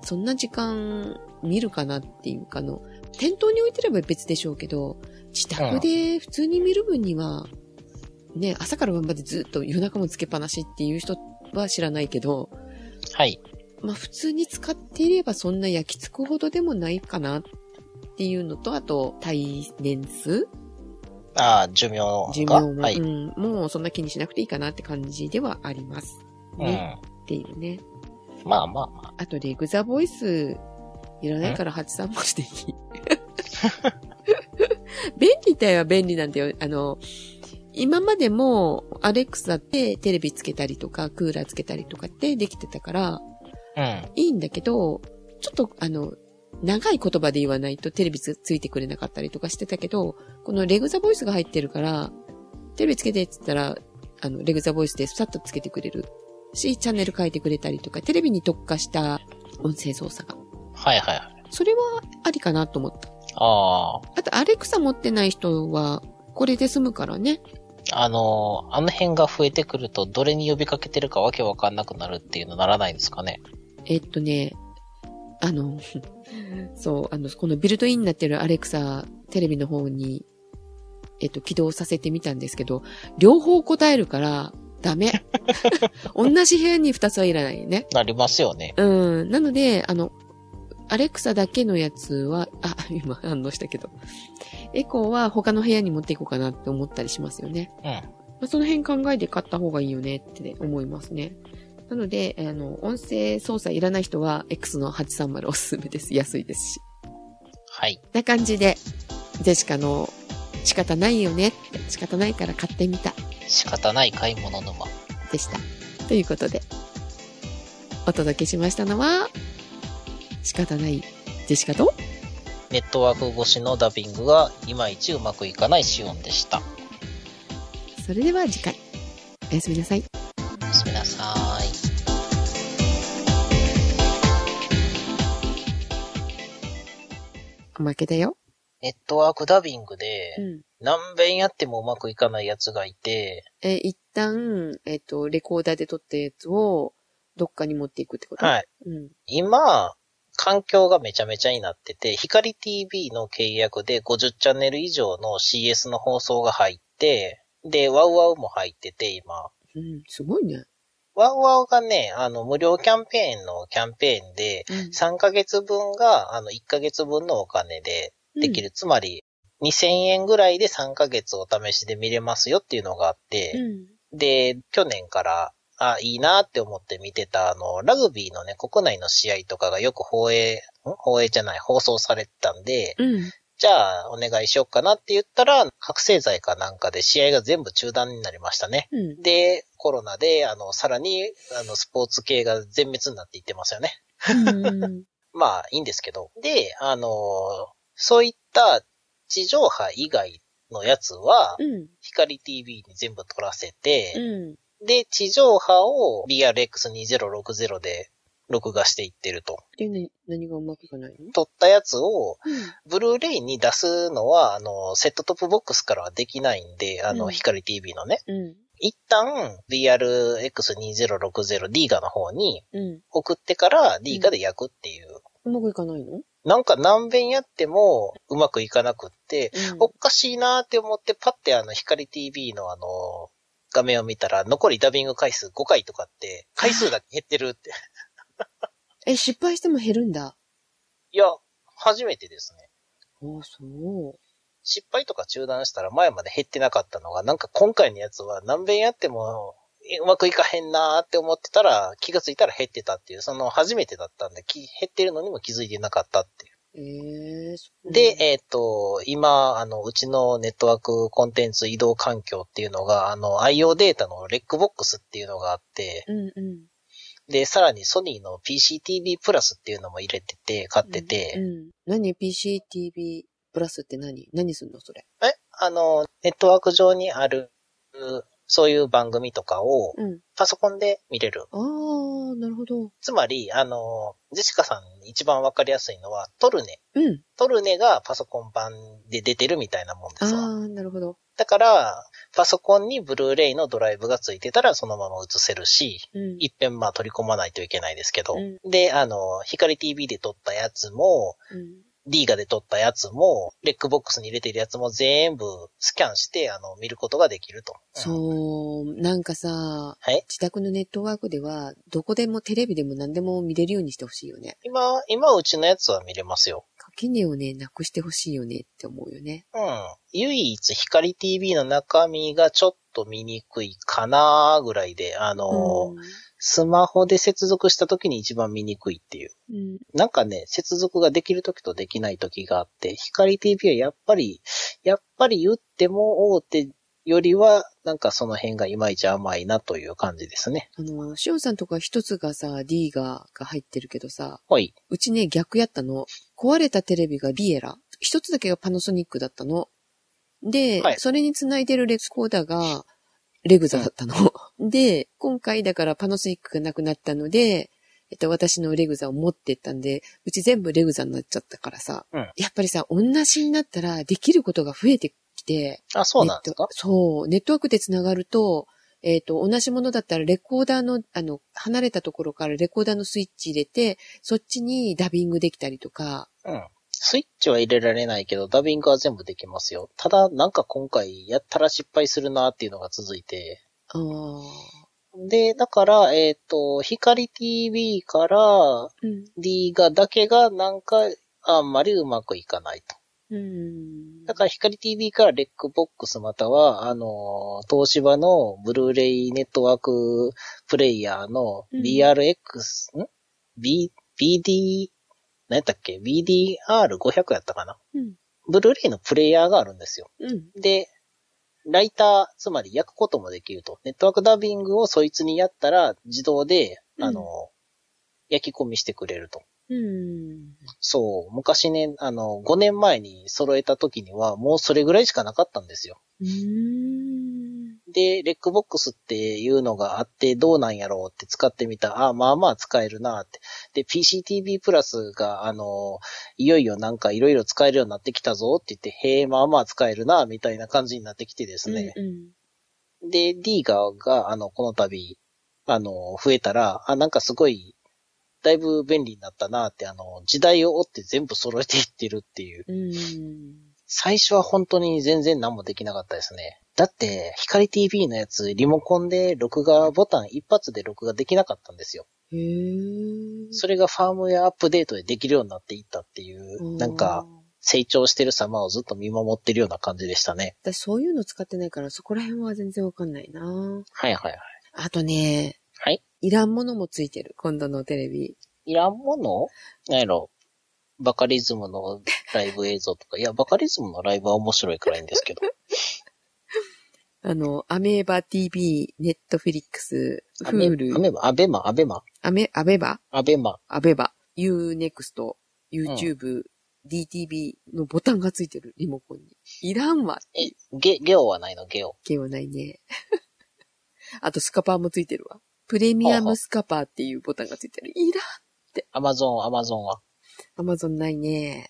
A: そんな時間見るかなっていうかあの、店頭に置いてれば別でしょうけど、自宅で普通に見る分には、ね、朝から晩までずっと夜中もつけっぱなしっていう人は知らないけど、
B: はい。
A: まあ普通に使っていればそんな焼き付くほどでもないかなっていうのと、あと、耐年数
B: ああ、寿命が。
A: 寿命も、
B: はい。
A: う
B: うん。
A: ん、もうそんな気にしなくていいかなって感じではあります。ね、っていうね。
B: まあまあまあ。
A: あと、レグザボイス、いらないから8三文字 でいい。便利だよ、便利なんだよ。あの、今までも、アレクサってテレビつけたりとか、クーラーつけたりとかってできてたから、
B: うん。
A: いいんだけど、ちょっと、あの、長い言葉で言わないとテレビつついてくれなかったりとかしてたけど、このレグザボイスが入ってるから、テレビつけてって言ったら、あの、レグザボイスでさっとつけてくれるし、チャンネル変えてくれたりとか、テレビに特化した音声操作が。
B: はいはいはい。
A: それはありかなと思った。
B: あ
A: あと、アレクサ持ってない人は、これで済むからね。
B: あ、あのーあの辺が増えてくると、どれに呼びかけてるかわけわかんなくなるっていうのならないですかね。
A: えっとね、あの、 そう、あの、このビルトインになってるアレクサ、テレビの方に、えっと、起動させてみたんですけど、両方答えるから、ダメ。同じ部屋に二つはいらないね。
B: なりますよね。
A: うん。なので、あの、アレクサだけのやつは、あ、 今反応したけど、エコーは他の部屋に持っていこうかなって思ったりしますよね。
B: うん。
A: まあ、その辺考えて買った方がいいよねってね思いますね。なので、あの、音声操作いらない人は X の830おすすめです。安いですし。
B: はい。
A: な感じで、ジェシカの仕方ないよねって仕方ないから買ってみた
B: 仕方ない買い物沼。
A: でした。ということで、お届けしましたのは、仕方ないジェシカと、
B: ネットワーク越しのダビングがいまいちうまくいかないシオンでした。
A: それでは次回、おやすみなさい。
B: おやすみなさーい。
A: おまけだよ。
B: ネットワークダビングで、
A: ん。
B: 何遍やってもうまくいかないやつがいて、
A: えー一旦、えっ、と、レコーダーで撮ったやつを、どっかに持っていくってこと
B: はい
A: い。。うん。
B: 今、環境がめちゃめちゃになってて、光 TV の契約で50チャンネル以上の CS の放送が入って、で、ワウワウも入ってて、今。
A: うん、すごいね。
B: ワウワウがね、あの、無料キャンペーンのキャンペーンで、3ヶ月分が、あの、1ヶ月分のお金でできる。つまり、2000円ぐらいで3ヶ月お試しで見れますよっていうのがあって、
A: うん。
B: で、去年から、あ、いいなって思って見てた、あの、ラグビーのね、国内の試合とかがよく放映、ん放映じゃない、放送されてたんで、
A: うん。
B: じゃあ、お願いしようかなって言ったら、覚醒剤かなんかで試合が全部中断になりましたね。
A: うん。
B: で、コロナで、あの、さらに、あの、スポーツ系が全滅になっていってますよね。
A: うん。
B: まあ、いいんですけど。で、あの、そういった地上波以外のやつは、
A: うん。
B: 光 TV に全部撮らせて、
A: うん。
B: で、地上波を BRX2060 で録画していってると。
A: で、な何がうまくいかないの
B: 撮ったやつ
A: う
B: を、ブルーレイに出すのは、あの、セットトップボックスからはできないんで、あの、
A: うん
B: 光 TV のね。
A: ん。う
B: 一旦、BRX2060 リーガの方に
A: ん。う
B: 送ってから、リーガで焼くっていう。
A: ん。うまくいかないの
B: なんか何遍やってもうまくいかなくって、おっかしいなーって思って、パッてあの、光 TV のあの、画面を見たら、残りダビング回数5回とかって、回数だけ減ってるって。
A: え、失敗しても減るんだ。あ
B: いや、初めてですね。
A: そう。
B: 失敗とか中断したら前まで減ってなかったのが、なんか今回のやつは何遍やってもえうまくいかへんなーって思ってたら、気がついたら減ってたっていう、その初めてだったんで、き減ってるのにも気づいてなかったっていう。
A: ええそう
B: で、えっ、と、今、あの、うちのネットワークコンテンツ移動環境っていうのが、あの、IO データのレックボックスっていうのがあって、
A: うんうん。
B: で、さらにソニーの PCTV プラスっていうのも入れてて、買ってて、
A: うん。何 ?PCTV プラスって何何すんのそれ。
B: え、あの、ネットワーク上にある、そういう番組とかを
A: うん。
B: パソコンで見れる。
A: ああ、なるほど。
B: つまり、あの、ジェシカさんに一番わかりやすいのは、トルネ。
A: うん。
B: トルネがパソコン版で出てるみたいなもんですわ。
A: ああ、なるほど。
B: だから、パソコンにブルーレイのドライブがついてたらそのまま映せるし、
A: うん
B: 一遍まあ取り込まないといけないですけど、
A: う
B: で、あの、光 TV で撮ったやつも、
A: うん
B: リーガで撮ったやつも、レックボックスに入れてるやつも全部スキャンして、あの、見ることができると。うん。
A: そう、なんかさ、
B: はい
A: 自宅のネットワークでは、どこでもテレビでも何でも見れるようにしてほしいよね。
B: 今、今うちのやつは見れますよ。
A: 垣根をね、なくしてほしいよねって思うよね。
B: うん。唯一光 TV の中身がちょっと見にくいかなぐらいで、あ
A: う
B: の、
A: ん
B: スマホで接続した時に一番見にくいっていう。
A: うん
B: なんかね、接続ができる時とできない時があって、光 TV はやっぱり、やっぱり言っても大手よりは、なんかその辺がいまいち甘いなという感じですね。
A: あの、しおんさんとか一つがさ、D が、が入ってるけどさ、
B: ほい。
A: うちね、逆やったの。壊れたテレビがビエラ。一つだけがパナソニックだったの。で、
B: はい
A: それにつないでるレコーダーが、レグザだったの。で、今回だからパナソニックがなくなったので、えっと、私のレグザを持ってったんで、うち全部レグザになっちゃったからさ、
B: うん
A: やっぱりさ、同じになったらできることが増えてきて、
B: あ、そうなんですか
A: ネットそう。ネットワークでつながると、えっ、と、同じものだったらレコーダーの、あの、離れたところからレコーダーのスイッチ入れて、そっちにダビングできたりとか、
B: うん。スイッチは入れられないけど、ダビングは全部できますよ。ただ、なんか今回、やったら失敗するなっていうのが続いて。
A: あー
B: で、だから、えっ、と、光 TV から
A: うん。
B: D がだけがなんか、あんまりうまくいかないと。
A: うん。
B: だから光 TV からレックボックスまたは、あの、東芝のブルーレイネットワークプレイヤーの
A: うん
B: BRX、ん ?B、BD、何やったっけ ?BDR500 やったかな
A: うん。
B: ブルーレイのプレイヤーがあるんですよ。
A: うん。
B: で、ライター、つまり焼くこともできると。ネットワークダビングをそいつにやったら自動で、
A: うん
B: あの、焼き込みしてくれると。
A: うん。
B: そう、昔ね、あの、5年前に揃えた時にはもうそれぐらいしかなかったんですよ。
A: うん。
B: で、レックボックスっていうのがあってどうなんやろうって使ってみたら、あまあまあ使えるなって。で、PCTV プラスが、あの、いよいよなんかいろいろ使えるようになってきたぞって言って、へえ、まあまあ使えるな、みたいな感じになってきてですね。
A: うん。
B: で、D が、が、あの、この度、あの、増えたら、あ、なんかすごい、だいぶ便利になったなって、あの、時代を追って全部揃えていってるっていう。
A: うん。
B: 最初は本当に全然何もできなかったですね。だって、光 TV のやつ、リモコンで録画ボタン一発で録画できなかったんですよ。
A: へえ。
B: それがファームウェアアップデートでできるようになっていったっていう、なんか、
A: うん、
B: 成長してる様をずっと見守ってるような感じでしたね。
A: 私そういうの使ってないから、そこら辺は全然わかんないな
B: はいはいはい。
A: あとね、
B: はい。
A: いらんものもついてる、今度のテレビ。
B: いらんものなんやろバカリズムのライブ映像とか。いや、バカリズムのライブは面白いからいいんです けど。
A: あの、アメーバ TV、ネットフィリックス、
B: アメ
A: Hulu、
B: アベマ、アベマ、
A: アメ、アベバ、
B: アベマ。
A: アベバ、Unext、YouTube、DTV のボタンがついてる、リモコンに。いらんわって
B: え、ゲ、ゲオはないの、ゲオ。
A: 気はないね。 あと、スカパーもついてるわ。プレミアムスカパーっていうボタンがついてる。いらん
B: アマゾン、アマゾンは。
A: アマゾンないね。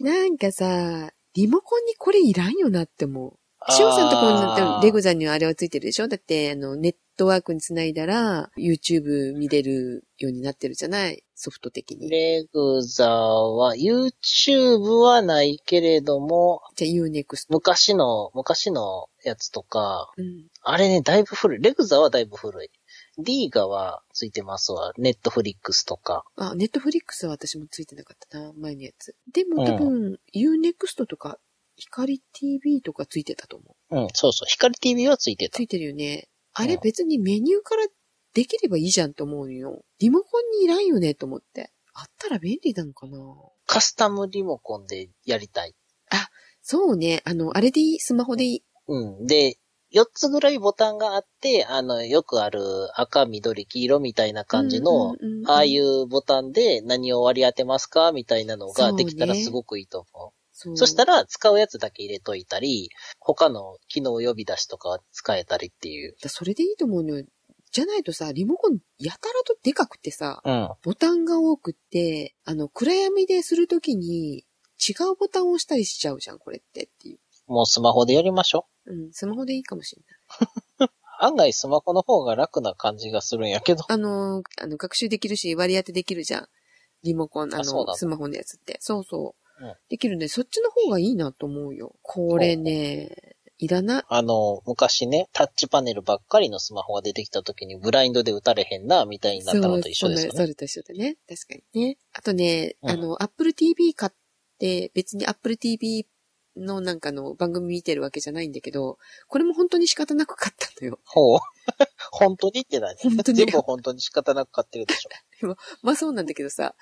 A: なんかさ、リモコンにこれいらんよなって思う。しおんさんとこ
B: あー
A: のレグザにはあれはついてるでしょだって、あの、ネットワークにつないだら、YouTube 見れるようになってるじゃないソフト的に。
B: レグザは、YouTube はないけれども、
A: じゃあ Unext。
B: 昔の、昔のやつとか、
A: うん。
B: あれね、だいぶ古い。レグザはだいぶ古い。リーガはついてますわ。ネットフリックスとか。
A: あ、ネットフリックスは私もついてなかったな、前のやつ。でも
B: うん
A: 多分、Unext とか、光 TV とかついてたと思う。
B: うん、そうそう。光 TV はついてた
A: つ。いてるよね。あれ
B: うん
A: 別にメニューからできればいいじゃんと思うのよ。リモコンにいらんよね、と思って。あったら便利なのかな
B: カスタムリモコンでやりたい。
A: そうね、あの、あれでいい、スマホでいい。
B: うん。で、4つぐらいボタンがあって、あの、よくある赤、緑、黄色みたいな感じの、
A: うんうんうんうん、
B: ああいうボタンで何を割り当てますかみたいなのができた
A: そ
B: ら
A: うね
B: すごくいいと思う。
A: そ
B: そしたら使うやつだけ入れといたり、他の機能呼び出しとかは使えたりっていう。
A: ら、それでいいと思うのよ。じゃないとさ、リモコンやたらとでかくてさ、
B: うん。
A: ボタンが多くって、あの、暗闇でするときに違うボタンを押したりしちゃうじゃん、これってっていう。
B: もうスマホでやりましょ
A: うん、スマホでいいかもしれない。
B: う。案外スマホの方が楽な感じがするんやけど。
A: あのー、あの、学習できるし、割り当てできるじゃん。リモコン、あ
B: あそうな
A: の、
B: の
A: スマホのやつって。そうそう。
B: うん
A: できるんで、そっちの方がいいなと思うよ。これね、いらない。
B: あの、昔ね、タッチパネルばっかりのスマホが出てきた時にブラインドで打たれへんな、みたいになったのと一緒ですよ
A: そうそ
B: ね。
A: れと一緒でね。確かにね。あとね、
B: うん
A: あの、Apple TV 買って、別に Apple TV のなんかの番組見てるわけじゃないんだけど、これも本当に仕方なく買ったのよ。
B: ほう。 本当にって何
A: 本当に
B: 全部本当に仕方なく買ってるでしょ。
A: まあそうなんだけどさ、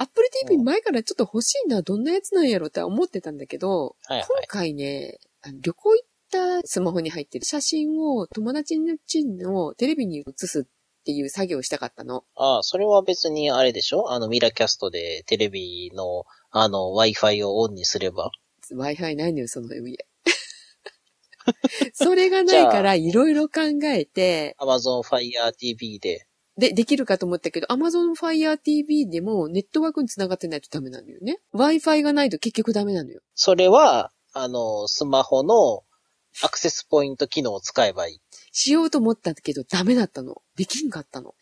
A: Apple TV
B: うん
A: 前からちょっと欲しいな、どんなやつなんやろって思ってたんだけど、
B: はいは
A: 今回ね、あの旅行行ったスマホに入ってる写真を友達の家のテレビに映すっていう作業をしたかったの。
B: ああ、それは別にあれでしょあの、ミラキャストでテレビの、あの、Wi-Fi をオンにすれば。
A: Wi-Fi ないのよ、その家。 それがないから、いろいろ考えて、
B: Amazon Fire TV で。
A: で、できるかと思ったけど、Amazon Fire TV でもネットワークにつながってないとダメなのよね。Wi-Fi がないと結局ダメなのよ。
B: それは、あの、スマホのアクセスポイント機能を使えばいい。
A: しようと思ったけど、ダメだったの。できんかったの。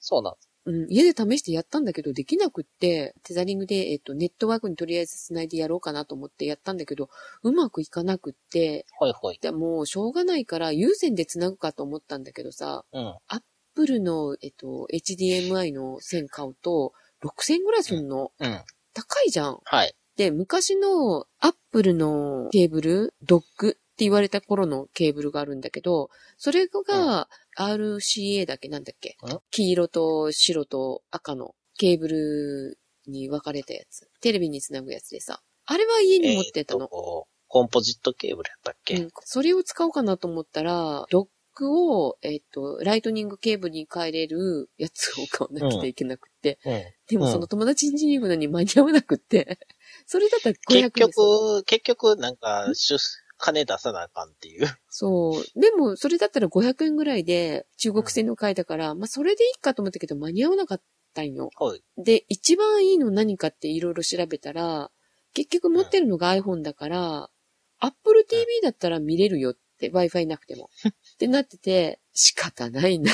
B: そうなん
A: うん、家で試してやったんだけど、できなくって、テザリングで、えっと、ネットワークにとりあえず繋いでやろうかなと思ってやったんだけど、うまくいかなくって、
B: ほいほい。
A: でもうしょうがないから、有線で繋ぐかと思ったんだけどさ、
B: うん。
A: アップルの、えっと、HDMI の線買うと、6000ぐらいすんの。
B: うん。
A: 高いじゃん。
B: はい。
A: で、昔のアップルのケーブル、ドッグって言われた頃のケーブルがあるんだけど、それが RCA だっけなんだっけ
B: うん
A: 黄色と白と赤のケーブルに分かれたやつ。テレビにつなぐやつでさ。あれは家に持ってたの。
B: えーとコンポジットケーブルやったっけ、
A: うん、それを使おうかなと思ったら、ドックを、えっ、と、ライトニングケーブルに変えれるやつを買わなくちゃいけなくて。
B: うん
A: でも
B: うん
A: その友達ん家に行くのに間に合わなくって。 それだったら500円
B: 結
A: ですよ
B: 局、結局、なんか、出金出さなあかんっていう。
A: そう。でも、それだったら500円ぐらいで中国製の買えたから、まあ、それでいいかと思ったけど間に合わなかったんよ。
B: はい。
A: で、一番いいの何かっていろいろ調べたら、結局持ってるのが iPhone だから、Apple TV だったら見れるよって、Wi-Fi なくても。ってなってて、仕方ないな。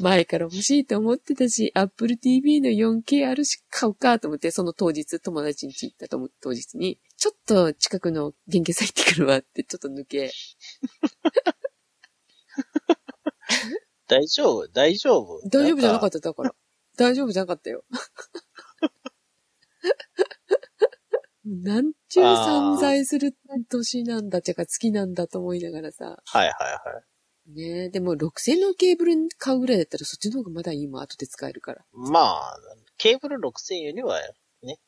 A: 前から欲しいと思ってたし、Apple TV の 4K あるし買うかと思って、その当日友達に行ったと思って当日に、ちょっと近くの電気屋さん行ってくるわってちょっと抜け、
B: 大丈夫大丈夫
A: 大丈夫じゃなか
B: っ
A: った、だから。大丈夫じゃなかったよ。なんちゅう散財する年なんだ、てか月なんだと思いながらさ。
B: た。はいはいはい。
A: ねえ、でも6000のケーブル買うぐらいだったらそっちの方がまだいいもん、後で使えるから。
B: まあ、ケーブル6000よりは、ね。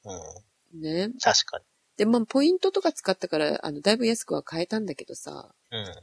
B: うん。
A: ねえ。
B: 確か
A: で、まあ、ポイントとか使ったから、あの、だいぶ安くは買えたんだけどさ。
B: に。うん。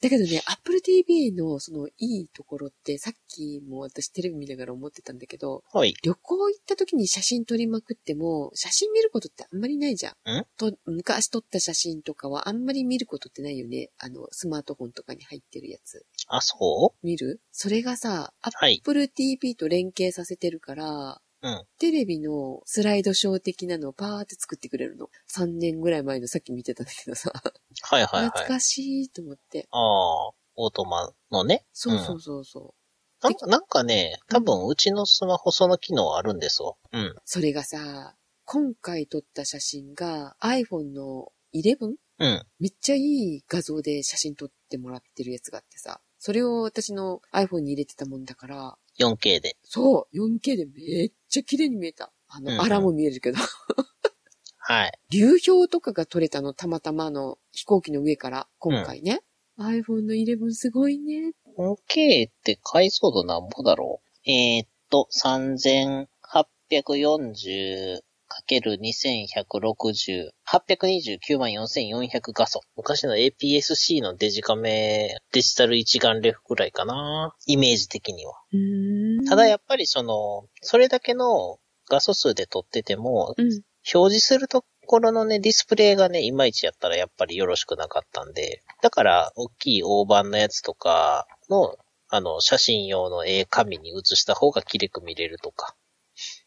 A: だけどね、Apple TV のそのいいところって、さっきも私テレビ見ながら思ってたんだけど、
B: ほい。
A: 旅行行った時に写真撮りまくっても、写真見ることってあんまりないじゃん。
B: ん
A: と昔撮った写真とかはあんまり見ることってないよね。あの、スマートフォンとかに入ってるやつ。
B: あ、そ
A: 見るそれがさ、
B: はい。
A: Apple TV と連携させてるから、
B: うん
A: テレビのスライドショー的なのをパーって作ってくれるの。3年ぐらい前のさっき見てたんだけどさ、
B: うはいはいはい。
A: 懐
B: あ
A: かしいと思って。
B: あー、オートマのね。
A: そうそうそうそう。
B: なんかなんかね、多分うちのスマホその機能あるんですわ。うん。
A: それがさ、今回撮った写真が iPhone の 11?
B: うん。
A: めっちゃいい画像で写真撮ってもらってるやつがあってさ、それを私の iPhone に入れてたもんだから、
B: 4K で。
A: そう、4K でめっちゃ綺麗に見えた。あ
B: うんう
A: の、
B: ん
A: アラも見えるけど、
B: はい。
A: 流氷とかが撮れたの、たまたまの飛行機の上から、今回ね。iPhone の11すごいね。
B: 4K って解像度なんぼだろう。えー、っと、3840かける2160、829万4400画素。昔の APS-C のデジカメ、デジタル一眼レフぐらいかな。イメージ的には。
A: うーん
B: ただやっぱりその、それだけの画素数で撮ってても、
A: うん。
B: 表示するところのね、ディスプレイがね、いまいちやったらやっぱりよろしくなかったんで、だから、大きい大判のやつとかの、あの、写真用の絵紙に写した方が綺麗く見れるとか。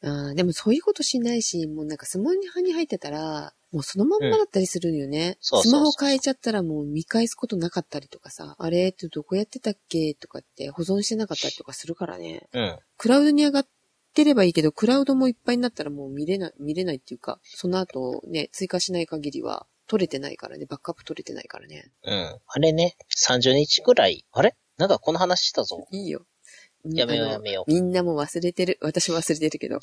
A: あーでもそういうことしないし、もうなんかスマホに入ってたら、もうそのまんまだったりするよね。
B: そうそ
A: ス
B: うそう
A: マホ変えちゃったらもう見返すことなかったりとかさ、あれってどこやってたっけとかって保存してなかったりとかするからね。
B: うん。
A: クラウドに上がってればいいけど、クラウドもいっぱいになったらもう見れない、見れないっていうか、その後ね、追加しない限りは取れてないからね、バックアップ取れてないからね。
B: うん。あれね、30日ぐらい、あれなんかこの話したぞ。
A: いいよ。
B: やめよう
A: あの
B: やめよう
A: みんなも忘れてる。私も忘れてるけど。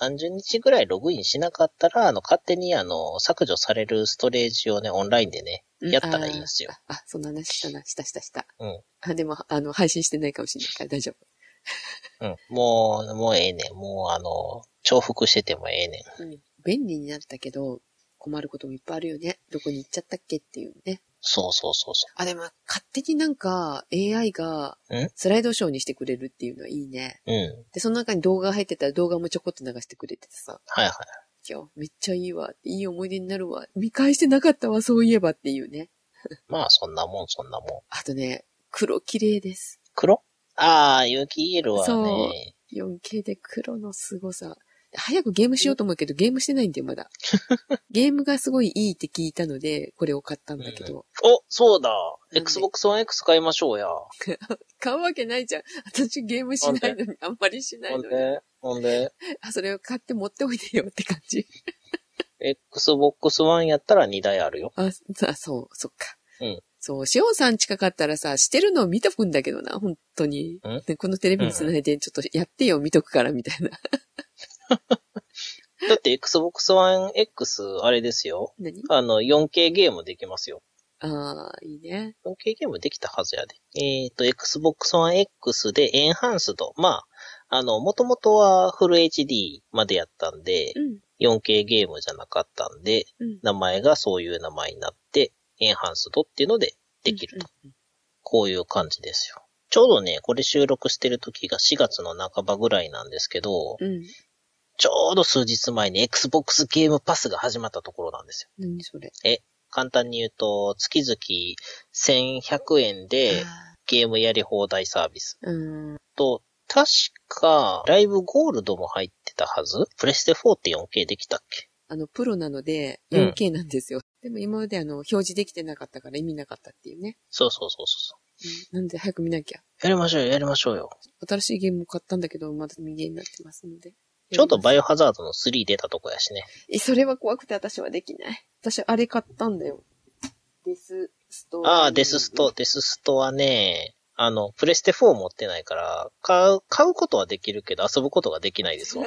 B: 30日ぐらいログインしなかったら、あの、勝手にあの、削除されるストレージをね、オンラインでね、やったらいいんですよ。
A: あ、あそんな話したな、したしたした。
B: うん。
A: あ、でも、あの、配信してないかもしれないから大丈夫。
B: うん。もう、もうええねん。もうあの、重複しててもええねん。
A: うん。便利になったけど、困ることもいっぱいあるよね。どこに行っちゃったっけっていうね。
B: そうそうそうそ
A: あ、でも、勝手になんか AI が
B: ん
A: スライドショーにしてくれるっていうのはいいね。
B: う。うん。
A: で、その中に動画が入ってたら動画もちょこっと流してくれててさ、
B: はいはい。
A: 今日めっちゃいいわ、いい思い出になるわ、見返してなかったわ、そういえばっていうね。
B: まあ、そんなもん、そんなもん。
A: あとね、黒綺麗です。
B: 黒ああ、有機イエローは
A: そう
B: ね。
A: 4K で黒の凄さ。早くゲームしようと思うけど、ゲームしてないんだよ、 まだ。ゲームがすごいいいって聞いたので、これを買ったんだけど。
B: お、そうだ
A: で
B: !Xbox One X 買いましょうや。
A: 買うわけないじゃん。私ゲームしないのに、あんまりしない
B: ほん
A: のに。
B: で、ほんで、
A: あ、それを買って持っておいでよって感 じ。
B: Xbox One やったら2台あるよ。
A: あ、あそう、そっか。
B: うん
A: そう、しおんさん近かったらさ、してるのを見とくんだけどな、本当に
B: ん。
A: でこのテレビにつないで、ちょっとやってよ、見とくから、みたいな。
B: だって Xbox One X、あれですよ。
A: 何
B: あの、4K ゲームできますよ。
A: ああ、いいね。
B: 4K ゲームできたはずやで。えっ、と、Xbox One X でエンハンスド。まあ、あの、もともとはフル HD までやったんで
A: う、ん、
B: 4K ゲームじゃなかったんで、
A: うん。
B: 名前がそういう名前になって、エンハンスドっていうのでできると。こういう感じですよ。ちょうどね、これ収録してる時が4月の半ばぐらいなんですけど、
A: うん。うん。
B: ちょうど数日前に Xbox ゲームパスが始まったところなんですよ。
A: 何それ。
B: 簡単に言うと、月々1100円で
A: あ
B: ゲームやり放題サービス
A: ーうん。
B: と、確か、ライブゴールドも入ってたはずプレステ4って 4K できたっけ
A: あの、プロなので、
B: うん
A: 4K なんですよ。でも今まであの、表示できてなかったから意味なかったっていうね。
B: そうそうそうそう
A: うん、なんで早く見なきゃ。
B: そう。やりましょうよ、やりましょうよ。
A: 新しいゲームを買ったんだけど、まだ未ゲーになってますので。
B: ちょうどバイオハザードの3出たとこやしね。
A: え、それは怖くて私はできない。私、あれ買ったんだよ。デススト
B: ああ、デススト、。デスストはね、あの、プレステ4持ってないから、買う、買うことはできるけど遊ぶことができないですわ。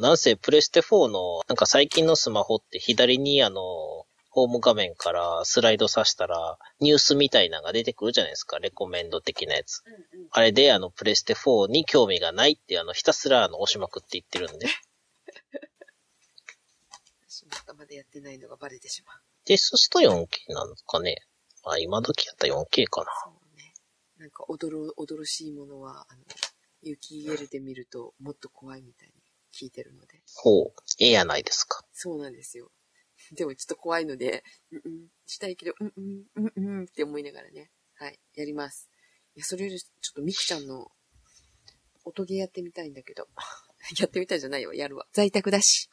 B: なんせプレステ4の、なんか最近のスマホって左にあの、ホーム画面からスライドさしたら、ニュースみたいなのが出てくるじゃないですか、レコメンド的なやつ。
A: うんうん
B: あれで、あの、プレステ4に興味がないって、あの、ひたすら、あの、押しまくっていってるんで。
A: 私まだまだやってないのがバレてしまう。
B: デススト 4K なのかね。あ、今時やったら 4K かな。
A: そうね。なんか、おどろ、おどろしいものは、あの、雪イエルで見ると、もっと怖いみたいに聞いてるので。
B: ほう。ええやないですか。
A: そうなんですよ。 でもちょっと怖いので、うんうん、したいけど、うんうん、うんうんって思いながらね。はい、やります。いや、それよりちょっとみくちゃんの音ゲーやってみたいんだけど。 やってみたいじゃないよ、やるわ。在宅だし。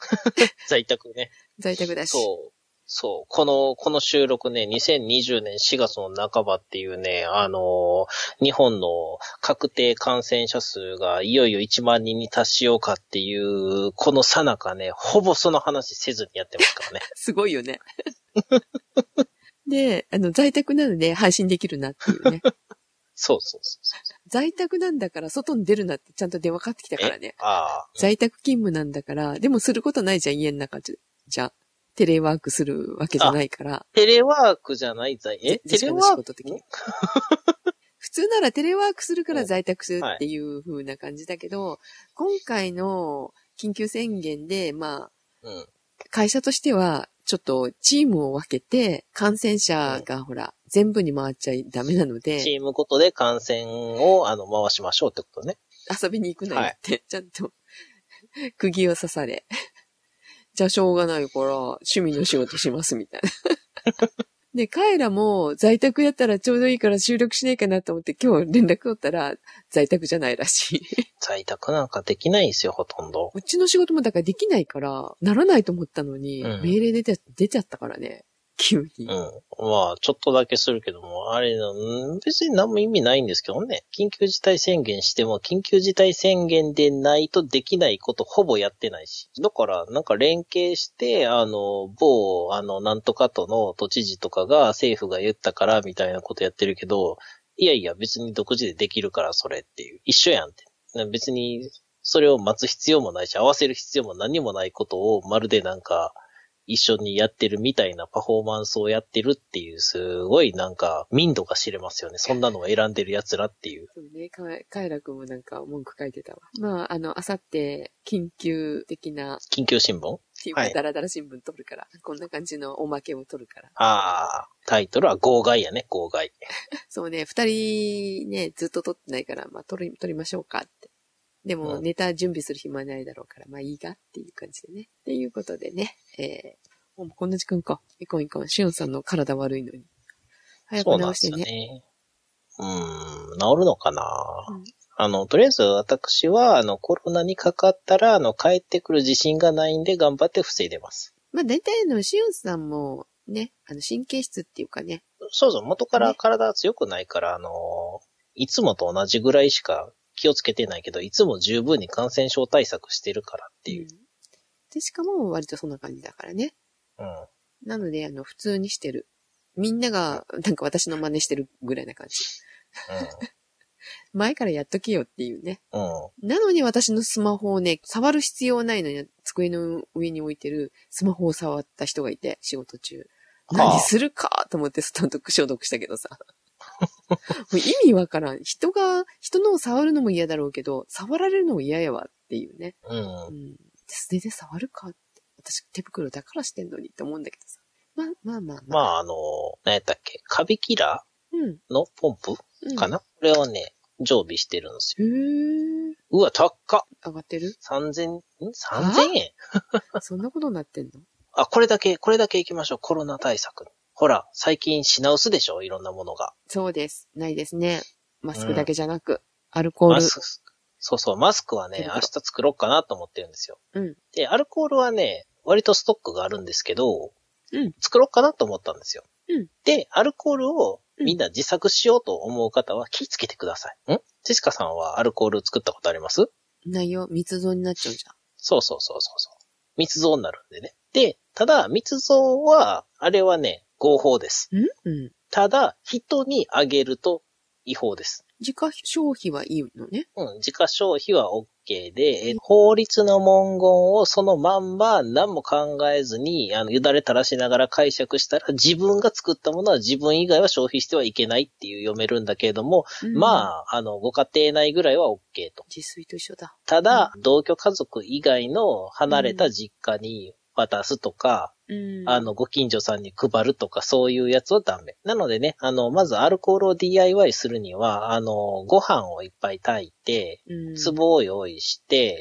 B: 在宅ね。
A: 在宅だし。
B: そう。そう。この、この収録ね、2020年4月の半ばっていうね、あのー日本の確定感染者数がいよいよ1万人に達しようかっていう、この最中ね、ほぼその話せずにやってます からね。
A: すごいよね。 で、あの、在宅なので配信できるなって いうね。
B: そうそうそうそう。
A: 在宅なんだから外に出るなってちゃんと電話かかってきたからね。
B: ああ。
A: 在宅勤務なんだから、でもすることないじゃん、家の中じゃ。じゃテレワークするわけじゃないから。
B: テレワークじゃない在、え
A: 自
B: テ
A: 粛
B: レ
A: の
B: ワ
A: 仕
B: ーク
A: 事的に。 普通ならテレワークするから在宅する
B: はい
A: っていう風な感じだけど、今回の緊急宣言で、まあ、
B: うん。
A: 会社としては、ちょっとチームを分けて、感染者がほら、全部に回っちゃいダメなので、
B: チームごとで感染を、あの、回しましょうってことね。
A: 遊びに行くなよ
B: は
A: っ
B: い
A: て、ちゃんと、釘を刺され。じゃあしょうがないから、趣味の仕事しますみたいな。で、彼らも在宅やったらちょうどいいから収録しないかなと思って今日連絡取ったら在宅じゃないらしい。
B: 在宅なんかできないんですよ、ほとんど。
A: うちの仕事もだからできないから、ならないと思ったのに、
B: うん
A: 命令出て出ちゃったからね。急
B: う
A: に。
B: ん。まあ、ちょっとだけするけども、あれな、うん別に何も意味ないんですけどね。緊急事態宣言しても、緊急事態宣言でないとできないことほぼやってないし。だから、なんか連携して、あの、某、あの、なんとかとの都知事とかが政府が言ったから、みたいなことやってるけど、いやいや、別に独自でできるから、それっていう。一緒やんって。な別に、それを待つ必要もないし、合わせる必要も何もないことを、まるでなんか、一緒にやってるみたいなパフォーマンスをやってるっていう、すごいなんか、民度が知れますよね。そんなのを選んでる奴らっていう。
A: そうね、かカエラくんもなんか文句書いてたわ。まあ、あの、あさって、緊急的な、
B: 緊急新聞
A: っていう
B: は
A: か、
B: い
A: ダラダラ新聞取るから、こんな感じのおまけを取るから。
B: ああ、タイトルは号外やね、号外。
A: そうね、二人ね、ずっと撮ってないから、まあ、撮り、撮りましょうかって。でも、
B: うん
A: ネタ準備する暇ないだろうから、まあいいがっていう感じでね。っていうことでね、えー、もうこんな時間か。いこんいこん。シオンさんの体悪いのに。早
B: そ
A: く
B: うなん
A: 直
B: で
A: し
B: す
A: て
B: よ
A: ね。
B: ね。うーん、治るのかな、
A: うん
B: あの、とりあえず私は、あの、コロナにかかったら、あの、帰ってくる自信がないんで、頑張って防いでます。
A: まあ大体あの、シオンさんも、ね、あの、神経質っていうかね、
B: そうそう、元から
A: ね
B: 体強くないから、あの、いつもと同じぐらいしか気をつけてないけど、いつも十分に感染症対策してるからってい
A: う
B: う
A: ん。。で、しかも割とそんな感じだからね。
B: うん
A: なので、あの、普通にしてる。みんなが、なんか私の真似してるぐらいな感じ。前からやっときよっていうね。
B: うん。うん。
A: なのに私のスマホをね、触る必要ないのに、机の上に置いてるスマホを触った人がいて、仕事中。
B: あ
A: 何するかと思ってスタンド消毒したけどさ。もう意味わからん。人が、人のを触るのも嫌だろうけど、触られるのも嫌やわっていうね。
B: うん
A: う。ん。素手で触るかって。私手袋だからしてんのにって思うんだけどさ。まあまあまあま
B: ま
A: あ。
B: あ、あの、何やったっけ、カビキラ
A: うん。
B: ーのポンプ
A: うん、
B: かな、これをね、常備してるんですよ。
A: へー。
B: うわ、高っ
A: 上がってる
B: !3000、ん ?3000 円
A: そんなことになってんの
B: あ、これだけ、これだけ行きましょう。コロナ対策。ほら、最近品薄でしょいろんなものが。
A: そうです。ないですね。マスクだけじゃなく、アルコー
B: マ
A: ル。
B: スク、そうそう、マスクはね
A: 手、
B: 明
A: 袋
B: 日作ろうかなと思ってるんですよ。
A: うん
B: で、アルコールはね、割とストックがあるんですけど、
A: うん
B: 作ろうかなと思ったんですよ。
A: うん
B: で、アルコールをみんな自作しようと思う方は気ぃつけてください。んジェシカさんはアルコール作ったことあります
A: ないよ。密造になっちゃうじゃん。
B: そうそうそうそうそう。密造になるんでね。で、ただ、密造は、あれはね、合法です。
A: うんうん。
B: ただ、人にあげると違法です。
A: 自家消費はいいのね。
B: うん、自家消費は OK で、え法律の文言をそのまんま何も考えずに、あの、ゆだれ垂らしながら解釈したら、自分が作ったものは自分以外は消費してはいけないっていう読めるんだけれども、
A: あ。
B: まあ、あの、ご家庭内ぐらいは OK と。
A: 自炊と一緒だ。
B: ただ、同居家族以外の離れた実家に渡すとか、
A: うん
B: あ、の、ご近所さんに配るとか、そういうやつはダメ。なのでね、あの、まずアルコールを DIY するには、あの、ご飯をいっぱい炊いて、
A: うん。
B: 壺を用意し
A: う
B: て、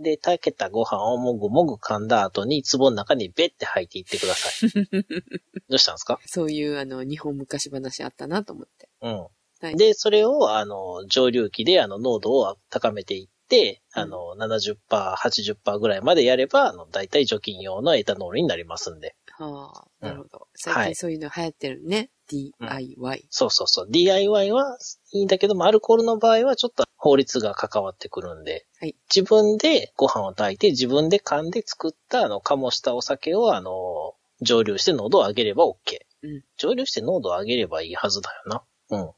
A: ん。
B: で、炊けたご飯をもぐもぐ噛んだ後に、壺の中にベッて吐いていってください。 どうしたんですか
A: そういう、あの、日本昔話あったなと思って。
B: うん。
A: はい
B: で、それを、あの、蒸留機で、あの、濃度を高めていって、あの、70%、80%ぐらいまでやれば、あの、大体除菌用のエタノールになりますんで。
A: はあ、
B: うん
A: なるほど。
B: は
A: 最
B: い
A: 近そういうの流行ってるね。DIY。
B: そうそうそう。DIY はいいんだけども、アルコールの場合はちょっと法律が関わってくるんで、
A: はい
B: 自分でご飯を炊いて、自分で噛んで作った、あの、醸したお酒を、あの、蒸留して濃度を上げれば OK。
A: うん
B: 蒸留して濃度を上げればいいはずだよな。う
A: う
B: ん。
A: ん。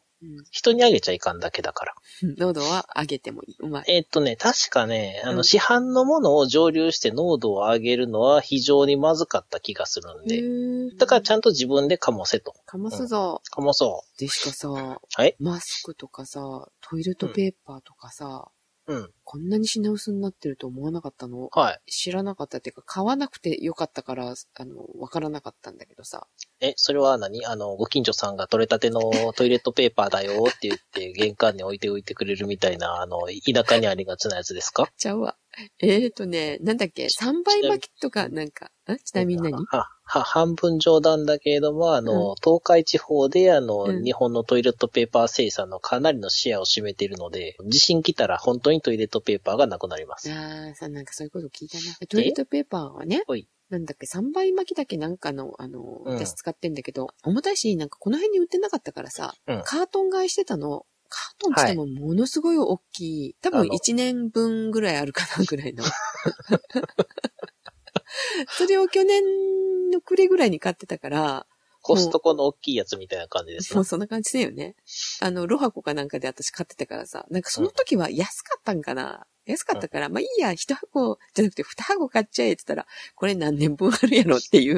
B: 人にあげちゃいかんだけだから。
A: 喉は上げてもいい。うまい。
B: えっとね、確かね、あ
A: う
B: の、
A: ん
B: 市販のものを蒸留して濃度を上げるのは非常にまずかった気がするんで。
A: で
B: だからちゃんと自分で醸せと。
A: かますぞ。
B: 醸そ
A: でしかさ、
B: い
A: マスクとかさ、トイレットペーパーとかさ、
B: う。うん。
A: こんなに品薄になってると思わなかったの
B: はい。
A: 知らなかったっていうか、買わなくてよかったから、あの、わからなかったんだけどさ。
B: え、それは何あの、ご近所さんが取れたてのトイレットペーパーだよって言って、玄関に置いておいてくれるみたいな、あの、田舎にありがちなやつですか
A: ちゃうわ。えーとね、なんだっけ、3倍巻きとか、なんか、んちなみに何
B: は、は、半分冗談だけれども、あの、東海地方で、あの、
A: うん
B: 日本のトイレットペーパー生産のかなりのシェアを占めているので、地震来たら本当にトイレットペーパーがなくなります。
A: ああ、さ、なんかそういうこと聞いたな。トイレットペーパーはね
B: ほい、
A: なんだっけ、3倍巻きだけなんかの、あの、
B: うん
A: 私使ってんだけど、重たいし、なんかこの辺に売ってなかったからさ、
B: うん
A: カートン買いしてたの。カートンって言ってもものすごい大きい。多
B: あ
A: 分
B: の
A: 1年分ぐらいあるかなぐらいの。 それを去年の暮れぐらいに買ってたから、
B: コストコの大きいやつみたいな感じです
A: も
B: ね
A: う。そんな感じだよね。あの、ロハコかなんかで私買ってたからさ、なんかその時は安かったんかな安かったから、まあいいや、一箱じゃなくて二箱買っちゃえって言ったら、これ何年分あるやろっていう、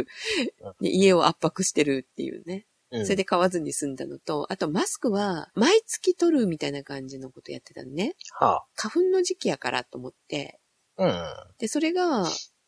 A: ね家を圧迫してるっていうね。
B: うん
A: それで買わずに済んだのと、あとマスクは毎月取るみたいな感じのことやってたのね。
B: は
A: 花粉の時期やからと思って、
B: あ、うん。
A: で、それが、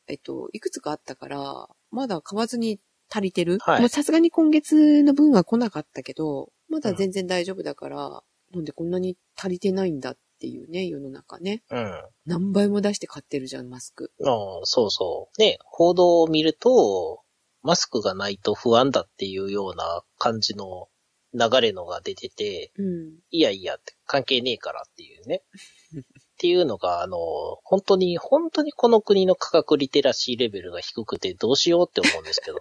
A: えっと、いくつかあったから、まだ買わずに足りてる。
B: はい
A: もうさすがに今月の分は来なかったけど、まだ全然大丈夫だから、なんでこんなに足りてないんだっていうね、世の中ね。
B: うん。
A: 何倍も出して買ってるじゃん、マスク。
B: ああそうそう。ね、報道を見ると、マスクがないと不安だっていうような感じの流れのが出てて、
A: うん。
B: いやいやって関係ねえからっていうね。っていうのが、あの、本当に、本当にこの国の科学リテラシーレベルが低くてどうしようって思うんですけど。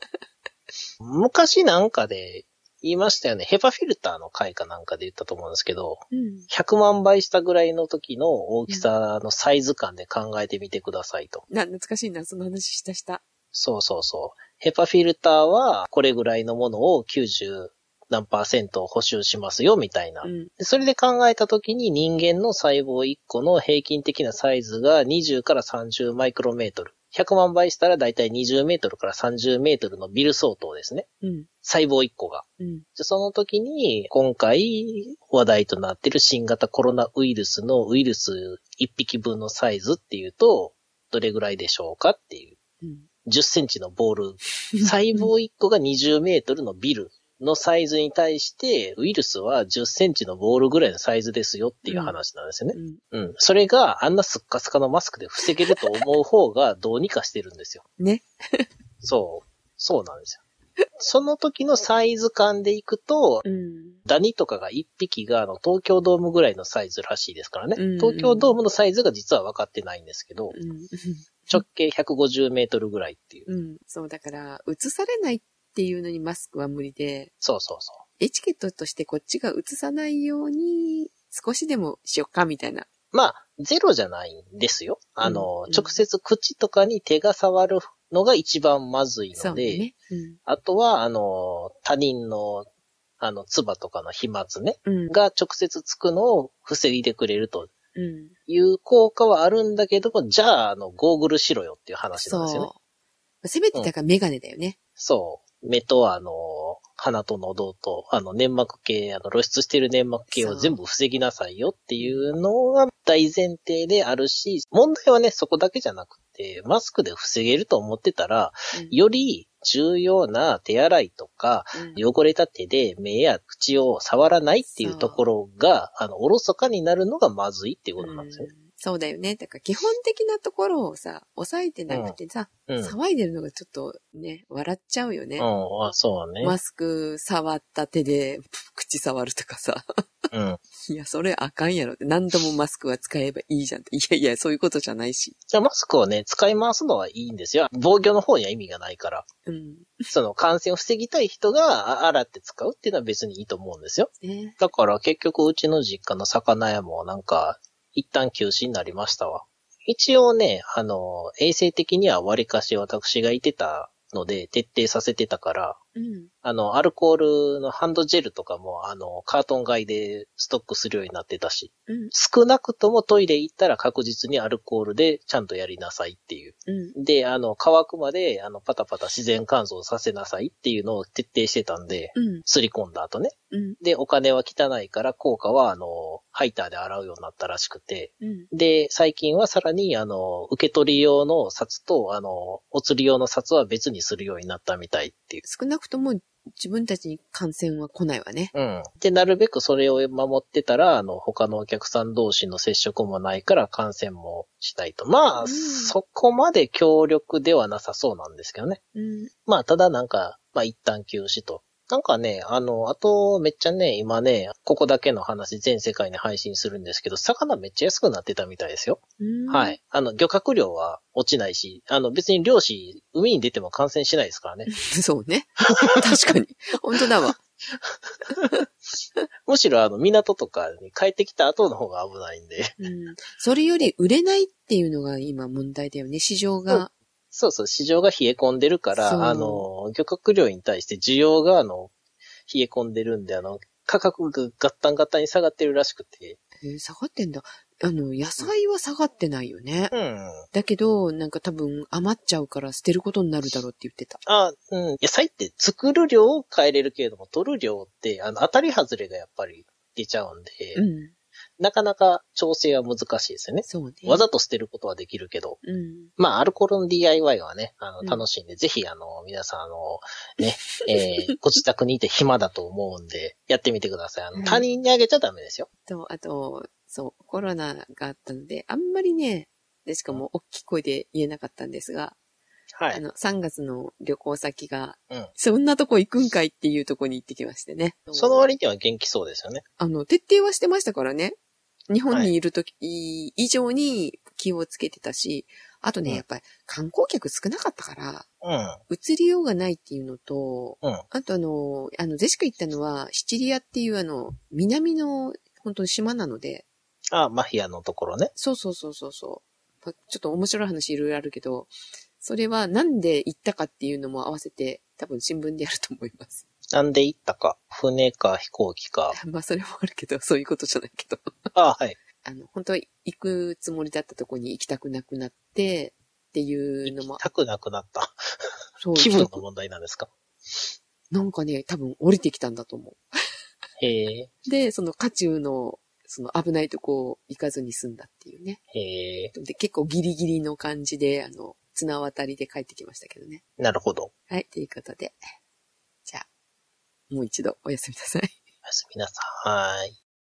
B: 昔なんかで言いましたよね。ヘパフィルターの回かなんかで言ったと思うんですけど、
A: うん。
B: 100万倍したぐらいの時の大きさのサイズ感で考えてみてくださいと。
A: な、懐かしいな、その話したした。
B: そうそうそう。ヘパフィルターはこれぐらいのものを90何パーセント補修しますよみたいな
A: う。ん。
B: でそれで考えたときに人間の細胞1個の平均的なサイズが20から30マイクロメートル。100万倍したらだいたい20メートルから30メートルのビル相当ですね。
A: うん。
B: 細胞1個が。
A: うん。
B: でその時に、今回話題となっている新型コロナウイルスのウイルス1匹分のサイズっていうと、どれぐらいでしょうかっていう。
A: うん。
B: 10センチのボール、細胞1個が20メートルのビルのサイズに対して、ウイルスは10センチのボールぐらいのサイズですよっていう話なんですよね
A: う。ん。
B: うん。それがあんなスッカスカのマスクで防げると思う方がどうにかしてるんですよ。
A: ね。
B: そう。そうなんですよ。その時のサイズ感でいくと、
A: うん。
B: ダニとかが1匹があの東京ドームぐらいのサイズらしいですからね。
A: うんうん
B: 東京ドームのサイズが実は分かってないんですけ
A: う
B: ど、
A: ん。
B: 直径150メートルぐらいっていう。
A: うん。そう、だから、映されないっていうのにマスクは無理で、
B: そうそうそう。
A: エチケットとしてこっちが映さないように、少しでもしよっか、みたいな。
B: まあ、ゼロじゃないんですよ。あの、
A: うん
B: 直接口とかに手が触るのが一番まずい
A: そ
B: の
A: う
B: で、
A: ね。うん
B: あとは、あの、他人の、あの、唾とかの飛沫ね、
A: うん。
B: が直接つくのを防いでくれると
A: うん。
B: いう効果はあるんだけども、じゃあ、あの、ゴーグルしろよっていう話なんですよね。
A: そう。せめてだからメガネだよね。
B: そう。目と、あの、鼻と喉と、あの、粘膜系、あの、露出してる粘膜系を全部防ぎなさいよっていうのが大前提であるし、問題はね、そこだけじゃなくて、マスクで防げると思ってたら、
A: うん
B: より重要な手洗いとか、
A: うん
B: 汚れた手で目や口を触らないっていうところが、あの、おろそかになるのがまずいっていうことなんですよね。
A: うんそうだよね。だから基本的なところをさ、抑えてなくてさ、
B: うん。うん、
A: 騒いでるのがちょっとね、笑っちゃうよね。
B: あそうね。
A: マスク触った手で口触るとかさ。
B: うん。
A: いや、それあかんやろって。何度もマスクは使えばいいじゃんって。いやいや、そういうことじゃないし。
B: じゃあマスクをね、使い回すのはいいんですよ。防御の方には意味がないから。
A: うん。
B: その感染を防ぎたい人があ洗って使うっていうのは別にいいと思うんですよ。
A: ね。
B: だから結局うちの実家の魚屋もなんか、一旦休止になりましたわ。一応ね、あの、衛生的には割かし私がいてたので、徹底させてたから、
A: うん。
B: あの、アルコールのハンドジェルとかも、あの、カートン買いでストックするようになってたし、
A: うん。
B: 少なくともトイレ行ったら確実にアルコールでちゃんとやりなさいっていう。
A: うん。
B: で、あの、乾くまで、あの、パタパタ自然乾燥させなさいっていうのを徹底してたんで、
A: うん。
B: すり込んだ後ね。
A: うん。
B: で、お金は汚いから効果は、あの、ハイターで洗うようになったらしくて、
A: うん。
B: で、最近はさらに、あの、受け取り用の札と、あの、お釣り用の札は別にするようになったみたいっていう。
A: 少なくとも自分たちに感染は来ないわね。
B: うん。で、なるべくそれを守ってたら、あの、他のお客さん同士の接触もないから感染もしたいと。まあ、
A: うん
B: そこまで強力ではなさそうなんですけどね。
A: うん。
B: まあ、ただなんか、まあ、一旦休止と。なんかね、あの、あと、めっちゃね、今ね、ここだけの話全世界に配信するんですけど、魚めっちゃ安くなってたみたいですよ。
A: うん
B: はい。。あの、漁獲量は落ちないし、あの、別に漁師、海に出ても感染しないですから ね。
A: そうね。確 かに。本当だわ。
B: むしろ、あの、港とかに帰ってきた後の方が危ないんで。
A: うん。それより売れないっていうのが今問題だよね。市場が。
B: そうそう、市場が冷え込んでるか
A: そう
B: ら、あの、漁獲量に対して需要が、あの、冷え込んでるんで、あの、価格がガッタンガッタンに下がってるらしくて。
A: えー下がってんだ。あの、野菜は下がってないよね。
B: うん。
A: だけど、なんか多分余っちゃうから捨てることになるだろうって言ってた。
B: あ、うん。野菜って作る量を変えれるけれども、取る量って、あの、当たり外れがやっぱり出ちゃうんで、
A: うん。
B: なかなか調整は難しいですよね。
A: そうね。
B: わざと捨てることはできるけど、
A: うん。
B: まあ、アルコールの DIY はね、あ
A: う
B: の、
A: ん
B: 楽しいんで、ぜひ、あの、皆さん、あの、ね、えー ご自宅にいて暇だと思うんで、やってみてください。あ
A: はい
B: の、他人にあげちゃダメですよ。
A: と、あと、そう、コロナがあったので、あんまりね、で、しかも大きい声で言えなかったんですが、
B: は
A: あ
B: い。
A: の、3月の旅行先が、
B: うん
A: そんなとこ行くんかいっていうとこに行ってきましてね。
B: その割には元気そうですよね。
A: あの、徹底はしてましたからね。日本にいるとき以上に気をつけてたし、あとね、
B: うん
A: やっぱり観光客少なかったから、
B: う
A: 移りようがないっていうのと、
B: ん。うん。
A: あとあの、あの、ゼシカ行ったのは、シチリアっていうあの、南の、本当に島なので、
B: あ、マフィアのところね。
A: そうそうそうそうそう。まちょっと面白い話いろいろあるけど、それはなんで行ったかっていうのも合わせて、多分新聞でやると思います。
B: なんで行ったか。船か飛行機か。
A: まあそれもあるけど、そういうことじゃないけど。
B: あ、はい。
A: あの、本当は行くつもりだったとこに行きたくなくなって、っていうのも、
B: たくなくなった。
A: そう、
B: 気分
A: ち
B: の
A: ょっ
B: 問題なんですか
A: となんかね、多分降りてきたんだと思
B: へえ、
A: う。で、その渦中の、その危ないとこ行かずに済んだっていうね。
B: へえ、
A: で、結構ギリギリの感じで、あの、綱渡りで帰ってきましたけどね。
B: なるほど。
A: はい、ということで。じゃあ、もう一度おやすみなさい。
B: おやすみなさい。